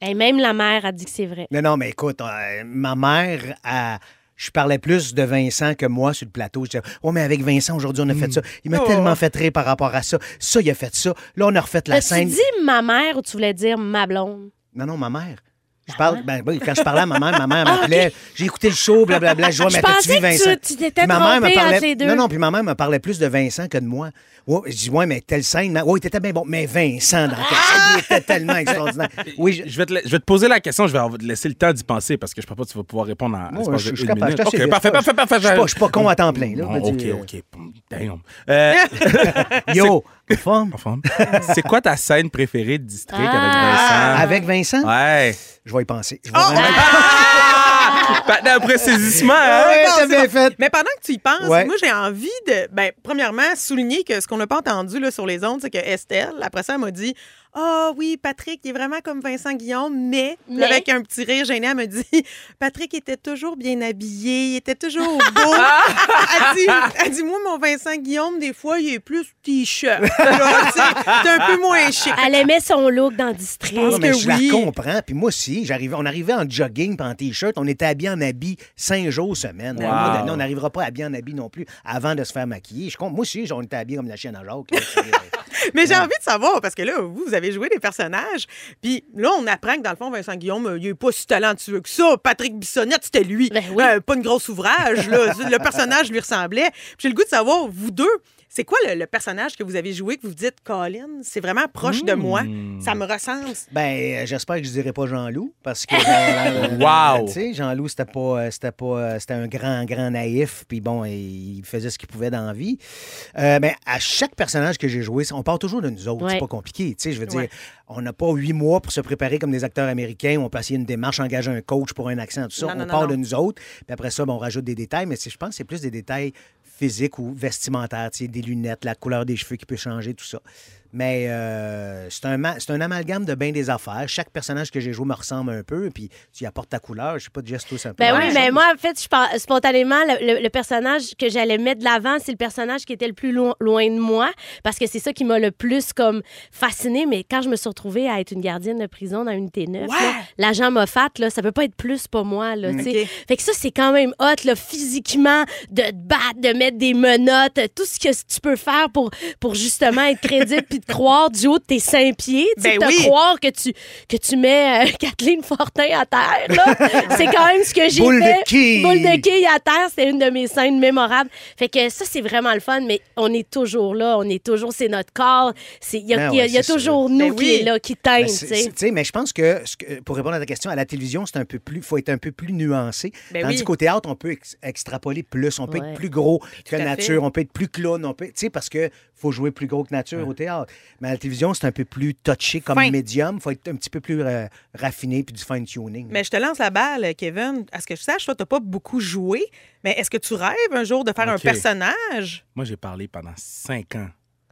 [SPEAKER 3] Hey, même la mère a dit que c'est vrai.
[SPEAKER 2] Non, non, mais écoute, euh, ma mère, elle- je parlais plus de Vincent que moi sur le plateau. Je disais, ouais, mais avec Vincent, aujourd'hui, on a fait ça. Il m'a
[SPEAKER 10] Oh.
[SPEAKER 2] tellement fait rire par rapport à ça. Ça, il a fait ça. Là, on a refait la
[SPEAKER 3] As-tu
[SPEAKER 2] scène.
[SPEAKER 3] dit ma mère ou tu voulais dire ma blonde?
[SPEAKER 2] Non, non, ma mère. Je parle, ben, oui, quand je parlais à ma mère, ma mère m'appelait. J'ai écouté le show, blablabla. Je vois,
[SPEAKER 3] Ah, Je
[SPEAKER 2] mais t'as-tu
[SPEAKER 3] pensais
[SPEAKER 2] vu
[SPEAKER 3] que tu-
[SPEAKER 2] Vincent?
[SPEAKER 3] tu t'étais
[SPEAKER 2] Puis ma mère me
[SPEAKER 3] trompé
[SPEAKER 2] parlait-
[SPEAKER 3] entre les deux.
[SPEAKER 2] Non, non, puis ma mère me parlait plus de Vincent que de moi. Ouais, je dis, ouais, mais telle scène, oui, t'étais bien bon. Mais Vincent, dans quelle scène, il était tellement extraordinaire. Oui, je-
[SPEAKER 4] Je vais, te, la- je vais te poser la question, je vais te laisser le temps d'y penser parce que je ne pense pas que tu vas pouvoir répondre en
[SPEAKER 2] Ouais,
[SPEAKER 4] l'espace de
[SPEAKER 2] je- je
[SPEAKER 4] une
[SPEAKER 2] suis capable,
[SPEAKER 4] minute.
[SPEAKER 2] je suis assez
[SPEAKER 4] Ok, parfait,
[SPEAKER 2] vite.
[SPEAKER 4] parfait, parfait.
[SPEAKER 2] Je suis pas- je suis pas con à temps plein, là,
[SPEAKER 4] Bon,
[SPEAKER 2] je veux
[SPEAKER 4] ok,
[SPEAKER 2] dire. euh.
[SPEAKER 4] ok. Damn. Euh,
[SPEAKER 2] yo, en forme.
[SPEAKER 4] en forme. C'est quoi ta scène préférée de district
[SPEAKER 3] Ah. Oh,
[SPEAKER 4] avec
[SPEAKER 2] Avec Vincent,
[SPEAKER 4] Vincent? Ouais.
[SPEAKER 2] je vais y penser. Je vais vraiment-
[SPEAKER 4] Pat- Après saisissement, hein?
[SPEAKER 2] Ah Ouais,
[SPEAKER 10] Non,
[SPEAKER 2] t'as
[SPEAKER 10] c'est
[SPEAKER 2] bien
[SPEAKER 10] bon.
[SPEAKER 2] fait.
[SPEAKER 10] Mais pendant que tu y penses,
[SPEAKER 2] Ouais.
[SPEAKER 10] moi, j'ai envie de, ben, premièrement, souligner que ce qu'on n'a pas entendu là, sur les ondes, c'est que Estelle, après ça, elle m'a dit Ah oui, Patrick, il est vraiment comme Vincent Guillaume, mais,
[SPEAKER 3] Mais?
[SPEAKER 10] avec un petit rire gêné, elle me dit Patrick était toujours bien habillé, il était toujours beau. elle, dit, elle dit Moi, mon Vincent Guillaume, des fois, il est plus t-shirt. Là, tu sais, T'es un peu moins chic.
[SPEAKER 2] Ah,
[SPEAKER 3] Elle aimait son look dans district.
[SPEAKER 2] Non, mais
[SPEAKER 10] que
[SPEAKER 2] je
[SPEAKER 10] oui.
[SPEAKER 2] la comprends. Puis moi aussi, j'arrivais, on arrivait en jogging, puis en t-shirt. On était habillés en habit cinq jours semaine. À un moment donné, on n'arrivera pas habillés en habit non plus avant de se faire maquiller. Je comprends. Moi aussi, on était habillés comme la chienne à Jacques.
[SPEAKER 10] Mais j'ai envie de savoir, parce que là, vous, vous avez joué des personnages. Puis là, on apprend que dans le fond, Vincent Guillaume, euh, il est pas si talentueux que ça. Patrick Bissonnette, c'était lui.
[SPEAKER 3] Ben oui.
[SPEAKER 10] Euh, pas une grosse ouvrage. là. le personnage lui ressemblait. Puis J'ai le goût de savoir, vous deux, c'est quoi le, le personnage que vous avez joué que vous vous dites, Colin, c'est vraiment proche de moi.
[SPEAKER 3] Hmm.
[SPEAKER 10] Ça me ressemble.
[SPEAKER 2] ben, euh, j'espère que je dirai pas Jean-Loup, parce que... euh,
[SPEAKER 4] Wow!
[SPEAKER 2] Tu sais, Jean-Loup, c'était pas... euh, C'était pas... euh, C'était un grand, grand naïf, puis bon, il faisait ce qu'il pouvait dans la vie. Euh, mais à chaque personnage que j'ai joué, on part toujours de nous autres.
[SPEAKER 3] Ouais.
[SPEAKER 2] C'est pas compliqué, tu sais, je veux dire...
[SPEAKER 10] Ouais.
[SPEAKER 2] On n'a pas huit mois pour se préparer comme des acteurs américains. On peut essayer une démarche, engager un coach pour un accent, tout ça.
[SPEAKER 10] Non,
[SPEAKER 2] on
[SPEAKER 10] non, non,
[SPEAKER 2] part
[SPEAKER 10] non.
[SPEAKER 2] de nous autres. Puis après ça, ben, on rajoute des détails. Mais c'est- je pense que c'est plus des détails physiques ou vestimentaires. tu sais, Des lunettes, la couleur des cheveux qui peut changer, tout ça. Mais euh, c'est un, ma- c'est un amalgame de bien des affaires. Chaque personnage que j'ai joué me ressemble un peu. Puis tu y apportes ta couleur. Je sais pas, juste tous un peu.
[SPEAKER 3] Ben
[SPEAKER 2] la
[SPEAKER 3] oui,
[SPEAKER 2] même
[SPEAKER 3] mais
[SPEAKER 2] chose.
[SPEAKER 3] moi, en fait, je pense- spontanément, le, le- le personnage que j'allais mettre de l'avant, c'est le personnage qui était le plus lo- loin de moi, parce que c'est ça qui m'a le plus comme fasciné. Mais quand je me suis retrouvée à être une gardienne de prison dans Unité 9,
[SPEAKER 10] Ouais. Mm.
[SPEAKER 3] là, l'agent Moffat, là, ça peut pas être plus pas moi. Là, tu sais.
[SPEAKER 10] Ok.
[SPEAKER 3] Fait que ça, c'est quand même hot, là, physiquement, de te battre, de mettre des menottes, euh, tout ce que tu peux faire pour, pour justement être crédible puis de croire du haut de tes cinq pieds. Tu sais,
[SPEAKER 10] Ben
[SPEAKER 3] de
[SPEAKER 10] oui.
[SPEAKER 3] croire que tu, que tu mets euh, Kathleen Fortin à terre. là. c'est quand même ce que j'ai
[SPEAKER 2] Boule de
[SPEAKER 3] fait.
[SPEAKER 2] quille.
[SPEAKER 3] Boule de quille à terre, c'était une de mes scènes mémorables. Fait que ça, c'est vraiment le fun, mais on est toujours là, on est toujours, c'est notre corps. C'est- Il y a,
[SPEAKER 2] Ben
[SPEAKER 3] il y a-
[SPEAKER 2] ouais,
[SPEAKER 3] il y a
[SPEAKER 2] c'est
[SPEAKER 3] toujours nous
[SPEAKER 10] Ben
[SPEAKER 3] qui
[SPEAKER 10] oui.
[SPEAKER 3] est là, qui teint,
[SPEAKER 2] Mais
[SPEAKER 3] tu
[SPEAKER 2] c'est- c'est-
[SPEAKER 3] sais.
[SPEAKER 2] tu sais, mais je pense que, ce que- pour répondre à ta question, à la télévision, c'est un peu plus, faut être un peu plus nuancé.
[SPEAKER 10] Ben
[SPEAKER 2] Tandis
[SPEAKER 10] oui.
[SPEAKER 2] qu'au théâtre, on peut ex- extrapoler plus, on peut
[SPEAKER 3] Ouais.
[SPEAKER 2] être plus gros que
[SPEAKER 10] à
[SPEAKER 2] nature, on peut être plus clown, on peut, tu sais, parce que faut jouer plus gros que nature au théâtre. Mais à la télévision, c'est un peu plus touché comme
[SPEAKER 10] Fin.
[SPEAKER 2] médium, faut être un petit peu plus euh, raffiné puis du fine tuning.
[SPEAKER 10] Mais je te lance la balle, Kevin. À ce que je sache, toi, t'as pas beaucoup joué, mais est-ce que tu rêves un jour de faire un
[SPEAKER 4] Ok.
[SPEAKER 10] personnage?
[SPEAKER 4] Moi, j'ai parlé pendant cinq ans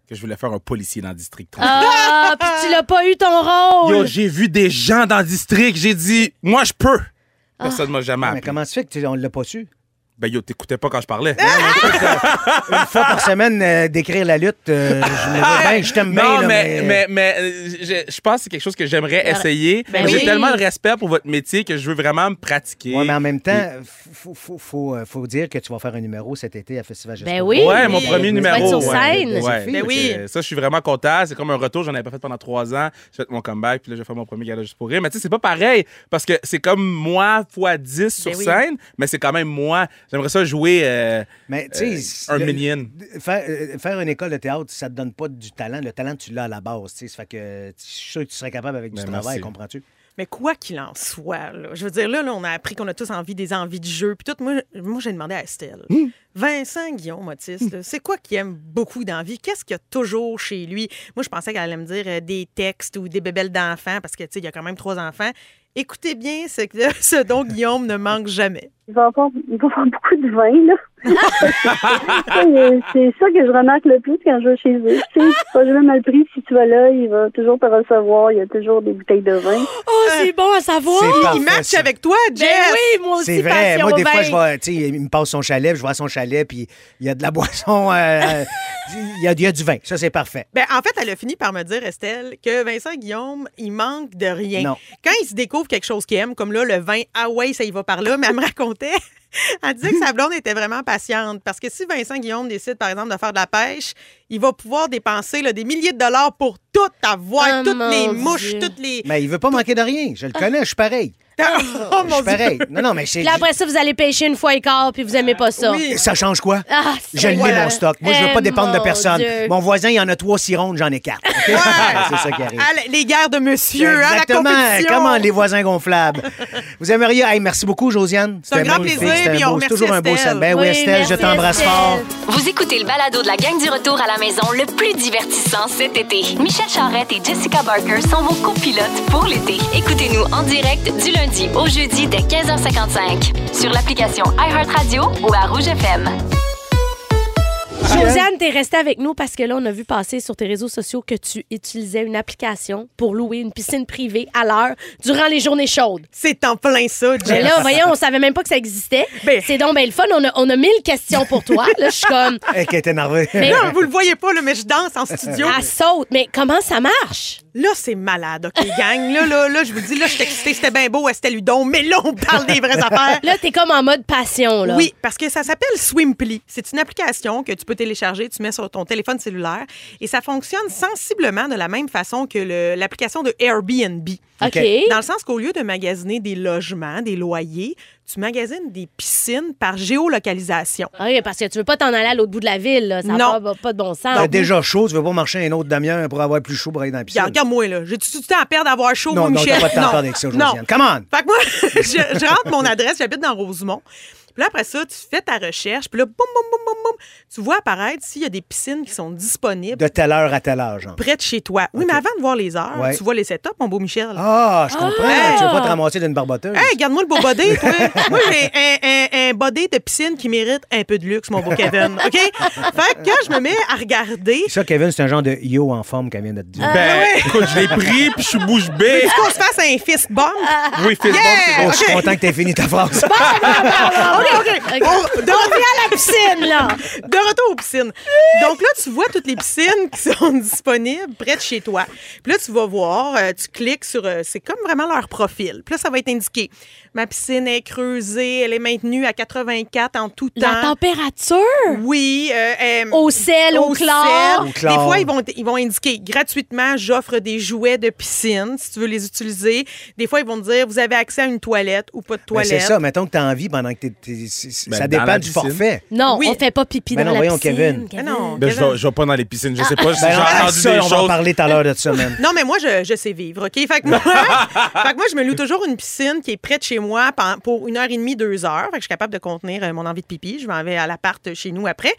[SPEAKER 4] que je voulais faire un policier dans le district 31.
[SPEAKER 3] Ah, puis tu l'as pas eu ton rôle.
[SPEAKER 4] Yo, j'ai vu des gens dans le district, j'ai dit, moi, je peux. Personne ne m'a jamais
[SPEAKER 2] Ah, mais
[SPEAKER 4] appelé.
[SPEAKER 2] comment ça fait que tu- on l'a pas su
[SPEAKER 4] Ben yo, t'écoutais pas quand je parlais.
[SPEAKER 2] Ah, Une fois par semaine, euh, d'écrire la lutte, euh, je me dis, ben, je t'aime bien.
[SPEAKER 4] Non,
[SPEAKER 2] là,
[SPEAKER 4] mais, mais, mais, euh, je, je pense que c'est quelque chose que j'aimerais essayer.
[SPEAKER 2] Ben
[SPEAKER 4] J'ai
[SPEAKER 2] oui.
[SPEAKER 4] tellement de respect pour votre métier que je veux vraiment me pratiquer.
[SPEAKER 2] euh, Ouais, mais en même temps, faut, faut, faut, euh, faut dire que tu vas faire un numéro cet été à Festival Geste
[SPEAKER 3] Ben
[SPEAKER 2] Pour
[SPEAKER 3] oui.
[SPEAKER 2] Tous.
[SPEAKER 4] Ouais, mon premier
[SPEAKER 3] Tu vas
[SPEAKER 4] numéro.
[SPEAKER 3] être sur
[SPEAKER 4] ouais.
[SPEAKER 3] scène.
[SPEAKER 4] Ouais.
[SPEAKER 3] Ben
[SPEAKER 4] Fait que,
[SPEAKER 3] oui.
[SPEAKER 4] euh, Ça, je suis vraiment content. C'est comme un retour. J'en avais pas fait pendant trois ans. J'ai fait mon comeback, puis là, j'ai fait mon premier gala juste pour rire. Mais tu sais, c'est pas pareil parce que c'est comme moi fois 10 sur
[SPEAKER 2] Ben oui.
[SPEAKER 4] scène, mais c'est quand même moi. J'aimerais ça jouer euh,
[SPEAKER 2] Mais
[SPEAKER 4] euh,
[SPEAKER 2] tu sais,
[SPEAKER 4] un
[SPEAKER 2] le-
[SPEAKER 4] million.
[SPEAKER 2] Faire, euh, faire une école de théâtre, ça te donne pas du talent. Le talent, tu l'as à la base. tu sais. Ça fait que je suis sûr que tu serais capable avec du
[SPEAKER 4] Ben,
[SPEAKER 2] travail,
[SPEAKER 4] merci.
[SPEAKER 2] comprends-tu?
[SPEAKER 10] Mais quoi qu'il en soit, là, je veux dire, là, là, on a appris qu'on a tous envie des envies de jeu. Puis tout, moi, moi j'ai demandé à Estelle, Vincent Guillaume Motis, là, c'est quoi qu'il aime beaucoup d'envie? Qu'est-ce qu'il y a toujours chez lui? Moi, je pensais qu'elle allait me dire euh, des textes ou des bébelles d'enfants, parce que, tu sais, il y a quand même trois enfants. Écoutez bien ce, que- ce dont Guillaume ne manque jamais.
[SPEAKER 9] Il va avoir, il va avoir beaucoup de vin, là. Oui, c'est ça que je remarque le plus quand je vais chez eux. Tu sais, c'est pas jamais mal pris. Si tu vas là, il va toujours te recevoir. Il y a toujours des bouteilles de vin.
[SPEAKER 3] Oh, c'est bon à savoir.
[SPEAKER 2] C'est parfait,
[SPEAKER 10] Il match
[SPEAKER 2] ça.
[SPEAKER 10] avec toi,
[SPEAKER 3] Ben
[SPEAKER 10] Jess!
[SPEAKER 3] oui, moi aussi, ben.
[SPEAKER 2] C'est vrai. Moi, des fois, je
[SPEAKER 3] vais...
[SPEAKER 2] vais, tu sais, il me passe son chalet, puis je vais à son chalet, puis il y a de la boisson, euh, il y, a- il y a du vin. Ça, c'est parfait.
[SPEAKER 10] Ben, en fait, elle a fini par me dire, Estelle, que Vincent Guillaume, il manque de rien.
[SPEAKER 2] Non.
[SPEAKER 10] Quand il se découvre quelque chose qu'il aime, comme là, le vin, ah ouais, ça y va par là, mais elle me racontait, elle disait que sa blonde était vraiment patiente. Parce que si Vincent Guillaume décide, par exemple, de faire de la pêche, il va pouvoir dépenser là, des milliers de dollars pour tout avoir,
[SPEAKER 3] Ah,
[SPEAKER 10] toutes
[SPEAKER 3] mon
[SPEAKER 10] les
[SPEAKER 3] Dieu.
[SPEAKER 10] mouches, toutes les.
[SPEAKER 2] Mais il veut pas manquer de rien. Je le connais, je suis pareil.
[SPEAKER 10] oh
[SPEAKER 2] Ben, Je
[SPEAKER 10] mon
[SPEAKER 2] suis
[SPEAKER 10] Dieu!
[SPEAKER 2] pareil. Non, non, mais c'est.
[SPEAKER 3] Puis là, après ça, vous allez pêcher une fois et quart, puis vous aimez pas ça.
[SPEAKER 10] Oui.
[SPEAKER 2] Ça change quoi?
[SPEAKER 3] Ah,
[SPEAKER 2] Je le mets
[SPEAKER 10] voilà.
[SPEAKER 2] mon stock. Moi, je veux
[SPEAKER 3] Eh,
[SPEAKER 2] pas dépendre de
[SPEAKER 3] mon
[SPEAKER 2] personne.
[SPEAKER 3] Dieu.
[SPEAKER 2] Mon voisin, il en a trois rondes, j'en ai quatre. OK? c'est ça qui arrive.
[SPEAKER 10] Ah, les guerres de monsieur, hein, la
[SPEAKER 2] Exactement.
[SPEAKER 10] compétition.
[SPEAKER 2] Comment les voisins gonflables. Vous aimeriez. Hey, merci beaucoup, Josiane.
[SPEAKER 10] C'est un
[SPEAKER 2] C'était
[SPEAKER 10] grand
[SPEAKER 2] magnifique.
[SPEAKER 10] plaisir,
[SPEAKER 2] C'était
[SPEAKER 10] puis
[SPEAKER 2] beau.
[SPEAKER 10] on
[SPEAKER 2] C'est
[SPEAKER 10] remercie
[SPEAKER 2] toujours un beau
[SPEAKER 10] Estelle.
[SPEAKER 2] sel. Ben oui,
[SPEAKER 3] Oui,
[SPEAKER 2] Estelle, je
[SPEAKER 3] merci,
[SPEAKER 2] t'embrasse
[SPEAKER 3] Estelle.
[SPEAKER 2] fort.
[SPEAKER 6] Vous écoutez le balado de la gang du retour à la maison le plus divertissant cet été. Michel Charrette et Jessica Barker sont vos copilotes pour l'été. Écoutez-nous en direct du lundi au jeudi dès 15h55 sur l'application iHeartRadio ou à Rouge FM.
[SPEAKER 3] Josiane, t'es restée avec nous parce que là, on a vu passer sur tes réseaux sociaux que tu utilisais une application pour louer une piscine privée à l'heure durant les journées chaudes.
[SPEAKER 10] C'est en plein ça, Jess.
[SPEAKER 3] Mais là, voyons, on savait même pas que ça existait.
[SPEAKER 10] Ben-
[SPEAKER 3] C'est donc ben le fun. On a, on a mille questions pour toi. Là, je suis comme,
[SPEAKER 2] Hey, qui est énervée.
[SPEAKER 3] Mais-
[SPEAKER 10] Non, vous le voyez pas, là, mais je danse en studio.
[SPEAKER 3] elle saute. Mais comment ça marche?
[SPEAKER 10] Là, c'est malade, OK, gang. Là, là, là, je vous dis, là, je suis excitée, c'était bien beau, c'était Ludon, mais là, on parle des vraies affaires.
[SPEAKER 3] Là, t'es comme en mode passion, là.
[SPEAKER 10] Oui, parce que ça s'appelle Swimply. C'est une application que tu peux télécharger, tu mets sur ton téléphone cellulaire et ça fonctionne sensiblement de la même façon que le- l'application de Airbnb.
[SPEAKER 3] OK.
[SPEAKER 10] Dans le sens qu'au lieu de magasiner des logements, des loyers, tu magasines des piscines par géolocalisation.
[SPEAKER 3] Ah Oui, parce que tu veux pas t'en aller à l'autre bout de la ville, là. Ça n'a
[SPEAKER 10] Non.
[SPEAKER 3] pas, pas- pas de bon sens.
[SPEAKER 2] T'as Ben, déjà chaud, tu veux pas marcher un autre demi-heure pour avoir plus chaud pour aller dans la piscine.
[SPEAKER 10] Regarde, Regarde-moi, là. J'ai tout du temps à perdre à avoir chaud,
[SPEAKER 2] Non,
[SPEAKER 10] moi,
[SPEAKER 2] non,
[SPEAKER 10] Michel.
[SPEAKER 2] t'as pas de temps à
[SPEAKER 10] Non.
[SPEAKER 2] perdre avec ça,
[SPEAKER 10] Non.
[SPEAKER 2] Josiane. Come on!
[SPEAKER 10] Fait que moi, je, je rentre mon adresse, j'habite dans Rosemont. Puis là, après ça, tu fais ta recherche, puis là, boum, boum, boum, boum, boum, tu vois apparaître s'il y a des piscines qui sont disponibles
[SPEAKER 2] De telle heure à telle heure, genre.
[SPEAKER 10] près de chez toi. Oui, mais avant de voir les heures,
[SPEAKER 2] Ouais.
[SPEAKER 10] tu vois les setups, mon beau Michel.
[SPEAKER 2] Ah, je comprends. Tu veux pas te ramasser d'une barboteuse.
[SPEAKER 10] Hey, garde-moi le beau body, toi. Moi, j'ai un, un, un body de piscine qui mérite un peu de luxe, mon beau Kevin. OK? Fait que quand je me mets à regarder,
[SPEAKER 2] Ça, Kevin, c'est un genre de yo en forme qu'elle vient de te dire.
[SPEAKER 4] Ben, écoute, je l'ai pris, puis je suis bouche bée.
[SPEAKER 10] qu'on se fasse un fist bump,
[SPEAKER 3] Ah,
[SPEAKER 4] Oui, fist bump, c'est
[SPEAKER 2] Oh,
[SPEAKER 4] bon.
[SPEAKER 2] je suis
[SPEAKER 10] OK.
[SPEAKER 2] content que t'aies fini ta phrase.
[SPEAKER 3] OK, Ah, OK.
[SPEAKER 10] on- de
[SPEAKER 3] On revient à la piscine, là.
[SPEAKER 10] De retour aux piscines. Donc là, tu vois toutes les piscines qui sont disponibles près de chez toi. Puis là, tu vas voir, euh, tu cliques sur... euh, c'est comme vraiment leur profil. Puis là, ça va être indiqué. Ma piscine est creusée, elle est maintenue à 84 en tout
[SPEAKER 3] La
[SPEAKER 10] temps.
[SPEAKER 3] température.
[SPEAKER 10] Oui. euh, euh,
[SPEAKER 3] Au sel, au,
[SPEAKER 10] sel.
[SPEAKER 3] chlore.
[SPEAKER 2] Au chlore.
[SPEAKER 10] Des fois, ils vont, ils vont indiquer gratuitement, j'offre des jouets de piscine si tu veux les utiliser. Des fois, ils vont te dire, vous avez accès à une toilette ou pas de
[SPEAKER 2] Ben,
[SPEAKER 10] toilette.
[SPEAKER 2] c'est ça, mettons que t'as envie pendant que t'es. t'es- c'est-
[SPEAKER 4] Ben,
[SPEAKER 2] ça
[SPEAKER 4] dans la
[SPEAKER 2] dépend du
[SPEAKER 4] piscine.
[SPEAKER 2] forfait.
[SPEAKER 3] Non,
[SPEAKER 10] Oui.
[SPEAKER 3] on fait pas pipi
[SPEAKER 2] Ben
[SPEAKER 3] dans
[SPEAKER 2] non,
[SPEAKER 3] la
[SPEAKER 2] voyons,
[SPEAKER 3] piscine.
[SPEAKER 2] Kevin.
[SPEAKER 10] Ah non,
[SPEAKER 4] Ben, je
[SPEAKER 10] Kevin.
[SPEAKER 4] vais- je vais pas dans les piscines. Je sais pas si
[SPEAKER 2] Ben,
[SPEAKER 4] j'ai
[SPEAKER 2] on-
[SPEAKER 4] entendu
[SPEAKER 2] ça,
[SPEAKER 4] des
[SPEAKER 2] on va en
[SPEAKER 4] choses.
[SPEAKER 2] parler tout à l'heure de ça, même.
[SPEAKER 10] Non, mais moi, je, je sais vivre, OK? Fait que, moi, fait que moi, je me loue toujours une piscine qui est près de chez moi pen- pour une heure et demie, deux heures. Fait que je suis capable de contenir euh, mon envie de pipi. Je m'en vais à l'appart chez nous après.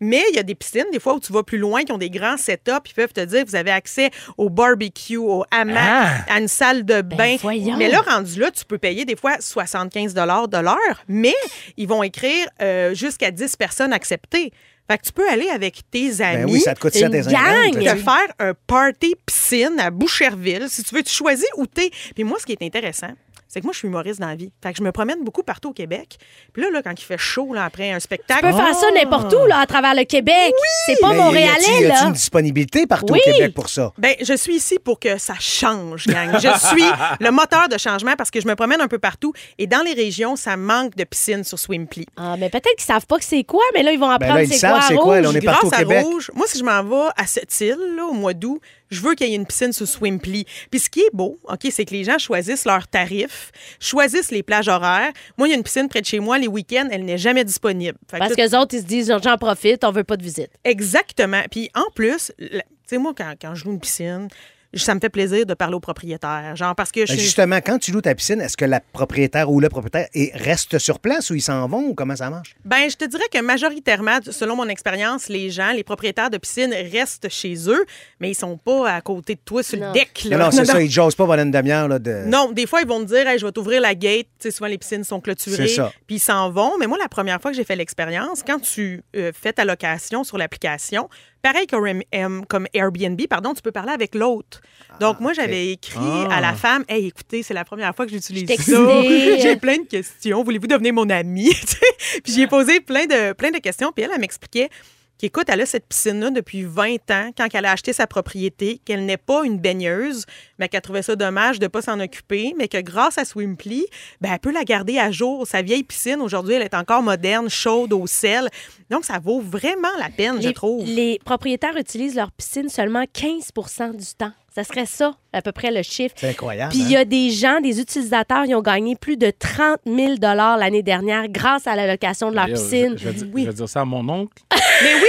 [SPEAKER 10] Mais il y a des piscines, des fois, où tu vas plus loin, qui ont des grands setups. Ils peuvent te dire, vous avez accès au barbecue, au hamac,
[SPEAKER 2] Ah!
[SPEAKER 10] à une salle de bain.
[SPEAKER 3] voyons.
[SPEAKER 10] mais là, rendu là, tu peux payer des fois 75 de l'heure, mais ils vont écrire euh, jusqu'à 10 personnes acceptées. Fait que tu peux aller avec tes amis
[SPEAKER 2] Ben oui, ça te coûte 7
[SPEAKER 3] une
[SPEAKER 2] et
[SPEAKER 3] gang.
[SPEAKER 10] de faire un party piscine à Boucherville. Si tu veux, tu choisis où t'es. Puis moi, ce qui est intéressant, c'est que moi, je suis humoriste dans la vie. Fait que je me promène beaucoup partout au Québec. Puis là, là quand il fait chaud là, après un spectacle.
[SPEAKER 3] Tu peux faire ça n'importe où, là, à travers le Québec. C'est
[SPEAKER 2] Ah.
[SPEAKER 3] pas
[SPEAKER 2] Mais y a-
[SPEAKER 3] montréalais,
[SPEAKER 2] y a-t-il
[SPEAKER 3] là.
[SPEAKER 2] une disponibilité partout
[SPEAKER 3] Oui.
[SPEAKER 2] au Québec pour ça?
[SPEAKER 10] Ben, je suis ici pour que ça change, gang. Je suis le moteur de changement parce que je me promène un peu partout et dans les régions, ça manque de piscine sur Swimply.
[SPEAKER 3] Ah, mais peut-être qu'ils savent pas que c'est quoi, mais là, ils vont apprendre
[SPEAKER 2] Ben là, ils
[SPEAKER 3] c'est
[SPEAKER 2] savent
[SPEAKER 3] quoi à
[SPEAKER 2] c'est quoi, là, on
[SPEAKER 3] Rouge.
[SPEAKER 2] est partout au
[SPEAKER 10] Grâce à
[SPEAKER 2] Québec.
[SPEAKER 10] Rouge, moi, si je m'en vais à cette île, là, au mois d'août, je veux qu'il y ait une piscine sous Swimply. Puis ce qui est beau, OK, c'est que les gens choisissent leurs tarifs, choisissent les plages horaires. Moi, il y a une piscine près de chez moi, les week-ends, elle n'est jamais disponible. Fait
[SPEAKER 3] Parce
[SPEAKER 10] tout-
[SPEAKER 3] que les autres, ils se disent, j'en profite, on veut pas de visite.
[SPEAKER 10] Exactement. Puis en plus, la- tu sais, moi, quand, quand je loue une piscine, ça me fait plaisir de parler au propriétaire. Genre, parce que je
[SPEAKER 2] Ben,
[SPEAKER 10] suis.
[SPEAKER 2] Justement, quand tu loues ta piscine, est-ce que la propriétaire ou le propriétaire est- reste sur place ou ils s'en vont ou comment ça marche?
[SPEAKER 10] Ben, je te dirais que majoritairement, selon mon expérience, les gens, les propriétaires de piscines restent chez eux, mais ils sont pas à côté de toi sur le deck. là.
[SPEAKER 2] Non, non, c'est ça, ils jasent pas pendant une demi-heure. là, De...
[SPEAKER 10] Non, des fois, ils vont me dire, Hey, je vais t'ouvrir la gate. Tu sais, souvent, les piscines sont
[SPEAKER 2] C'est
[SPEAKER 10] clôturées.
[SPEAKER 2] ça.
[SPEAKER 10] Puis ils s'en vont. Mais moi, la première fois que j'ai fait l'expérience, quand tu euh, fais ta location sur l'application, pareil comme, RM- comme Airbnb, pardon, tu peux parler avec l'autre. Donc, moi, j'avais écrit
[SPEAKER 11] Ah.
[SPEAKER 10] à la femme, Hey, écoutez, c'est la première fois que j'utilise
[SPEAKER 11] Je suis
[SPEAKER 10] ça.
[SPEAKER 11] excitée.
[SPEAKER 10] J'ai plein de questions. Voulez-vous devenir mon amie? Tu sais?
[SPEAKER 3] Ah.
[SPEAKER 10] Puis j'ai posé plein de, plein de questions. Puis elle, elle m'expliquait qu'écoute, elle a cette piscine-là depuis 20 ans, quand elle a acheté sa propriété, qu'elle n'est pas une baigneuse, mais qu'elle trouvait ça dommage de ne pas s'en occuper, mais que grâce à Swimply, ben, elle peut la garder à jour. Sa vieille piscine, aujourd'hui, elle est encore moderne, chaude, au sel. Donc, ça vaut vraiment la peine, je
[SPEAKER 3] Les-
[SPEAKER 10] trouve.
[SPEAKER 3] Les propriétaires utilisent leur piscine seulement 15 du temps. Ça serait ça, à peu près le chiffre.
[SPEAKER 2] C'est incroyable. hein.
[SPEAKER 3] Puis il y a des gens, des utilisateurs, ils ont gagné plus de 30 000 l'année dernière grâce à la location de leur
[SPEAKER 2] Ben
[SPEAKER 4] Je-
[SPEAKER 3] piscine.
[SPEAKER 4] Je, je vais dire- je vais dire ça à mon oncle.
[SPEAKER 3] euh,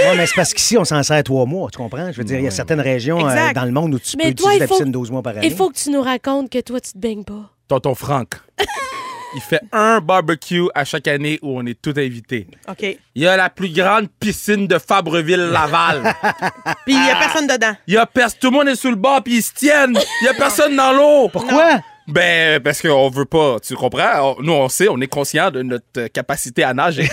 [SPEAKER 2] Non, mais c'est parce qu'ici, on s'en sert trois mois, tu comprends? Je veux dire, il y a certaines régions euh,
[SPEAKER 3] Exact.
[SPEAKER 2] dans le monde où tu peux
[SPEAKER 3] Mais toi,
[SPEAKER 2] utiliser
[SPEAKER 3] il
[SPEAKER 2] la
[SPEAKER 3] faut,
[SPEAKER 2] piscine 12 mois par année.
[SPEAKER 3] il faut que tu nous racontes que toi, tu te baignes pas.
[SPEAKER 4] Tonton Franck. Il fait un barbecue à chaque année où on est tous invités.
[SPEAKER 10] OK.
[SPEAKER 4] Il y a la plus grande piscine de Fabreville-Laval.
[SPEAKER 10] Puis
[SPEAKER 4] Ah!
[SPEAKER 10] il n'y a personne dedans.
[SPEAKER 4] Il y a personne. Tout le monde est sur le bord puis ils se tiennent. Il y a personne dans l'eau.
[SPEAKER 2] Pourquoi?
[SPEAKER 4] Ben, parce qu'on veut pas, tu comprends? On- Nous, on sait, on est conscient de notre euh, capacité à nager.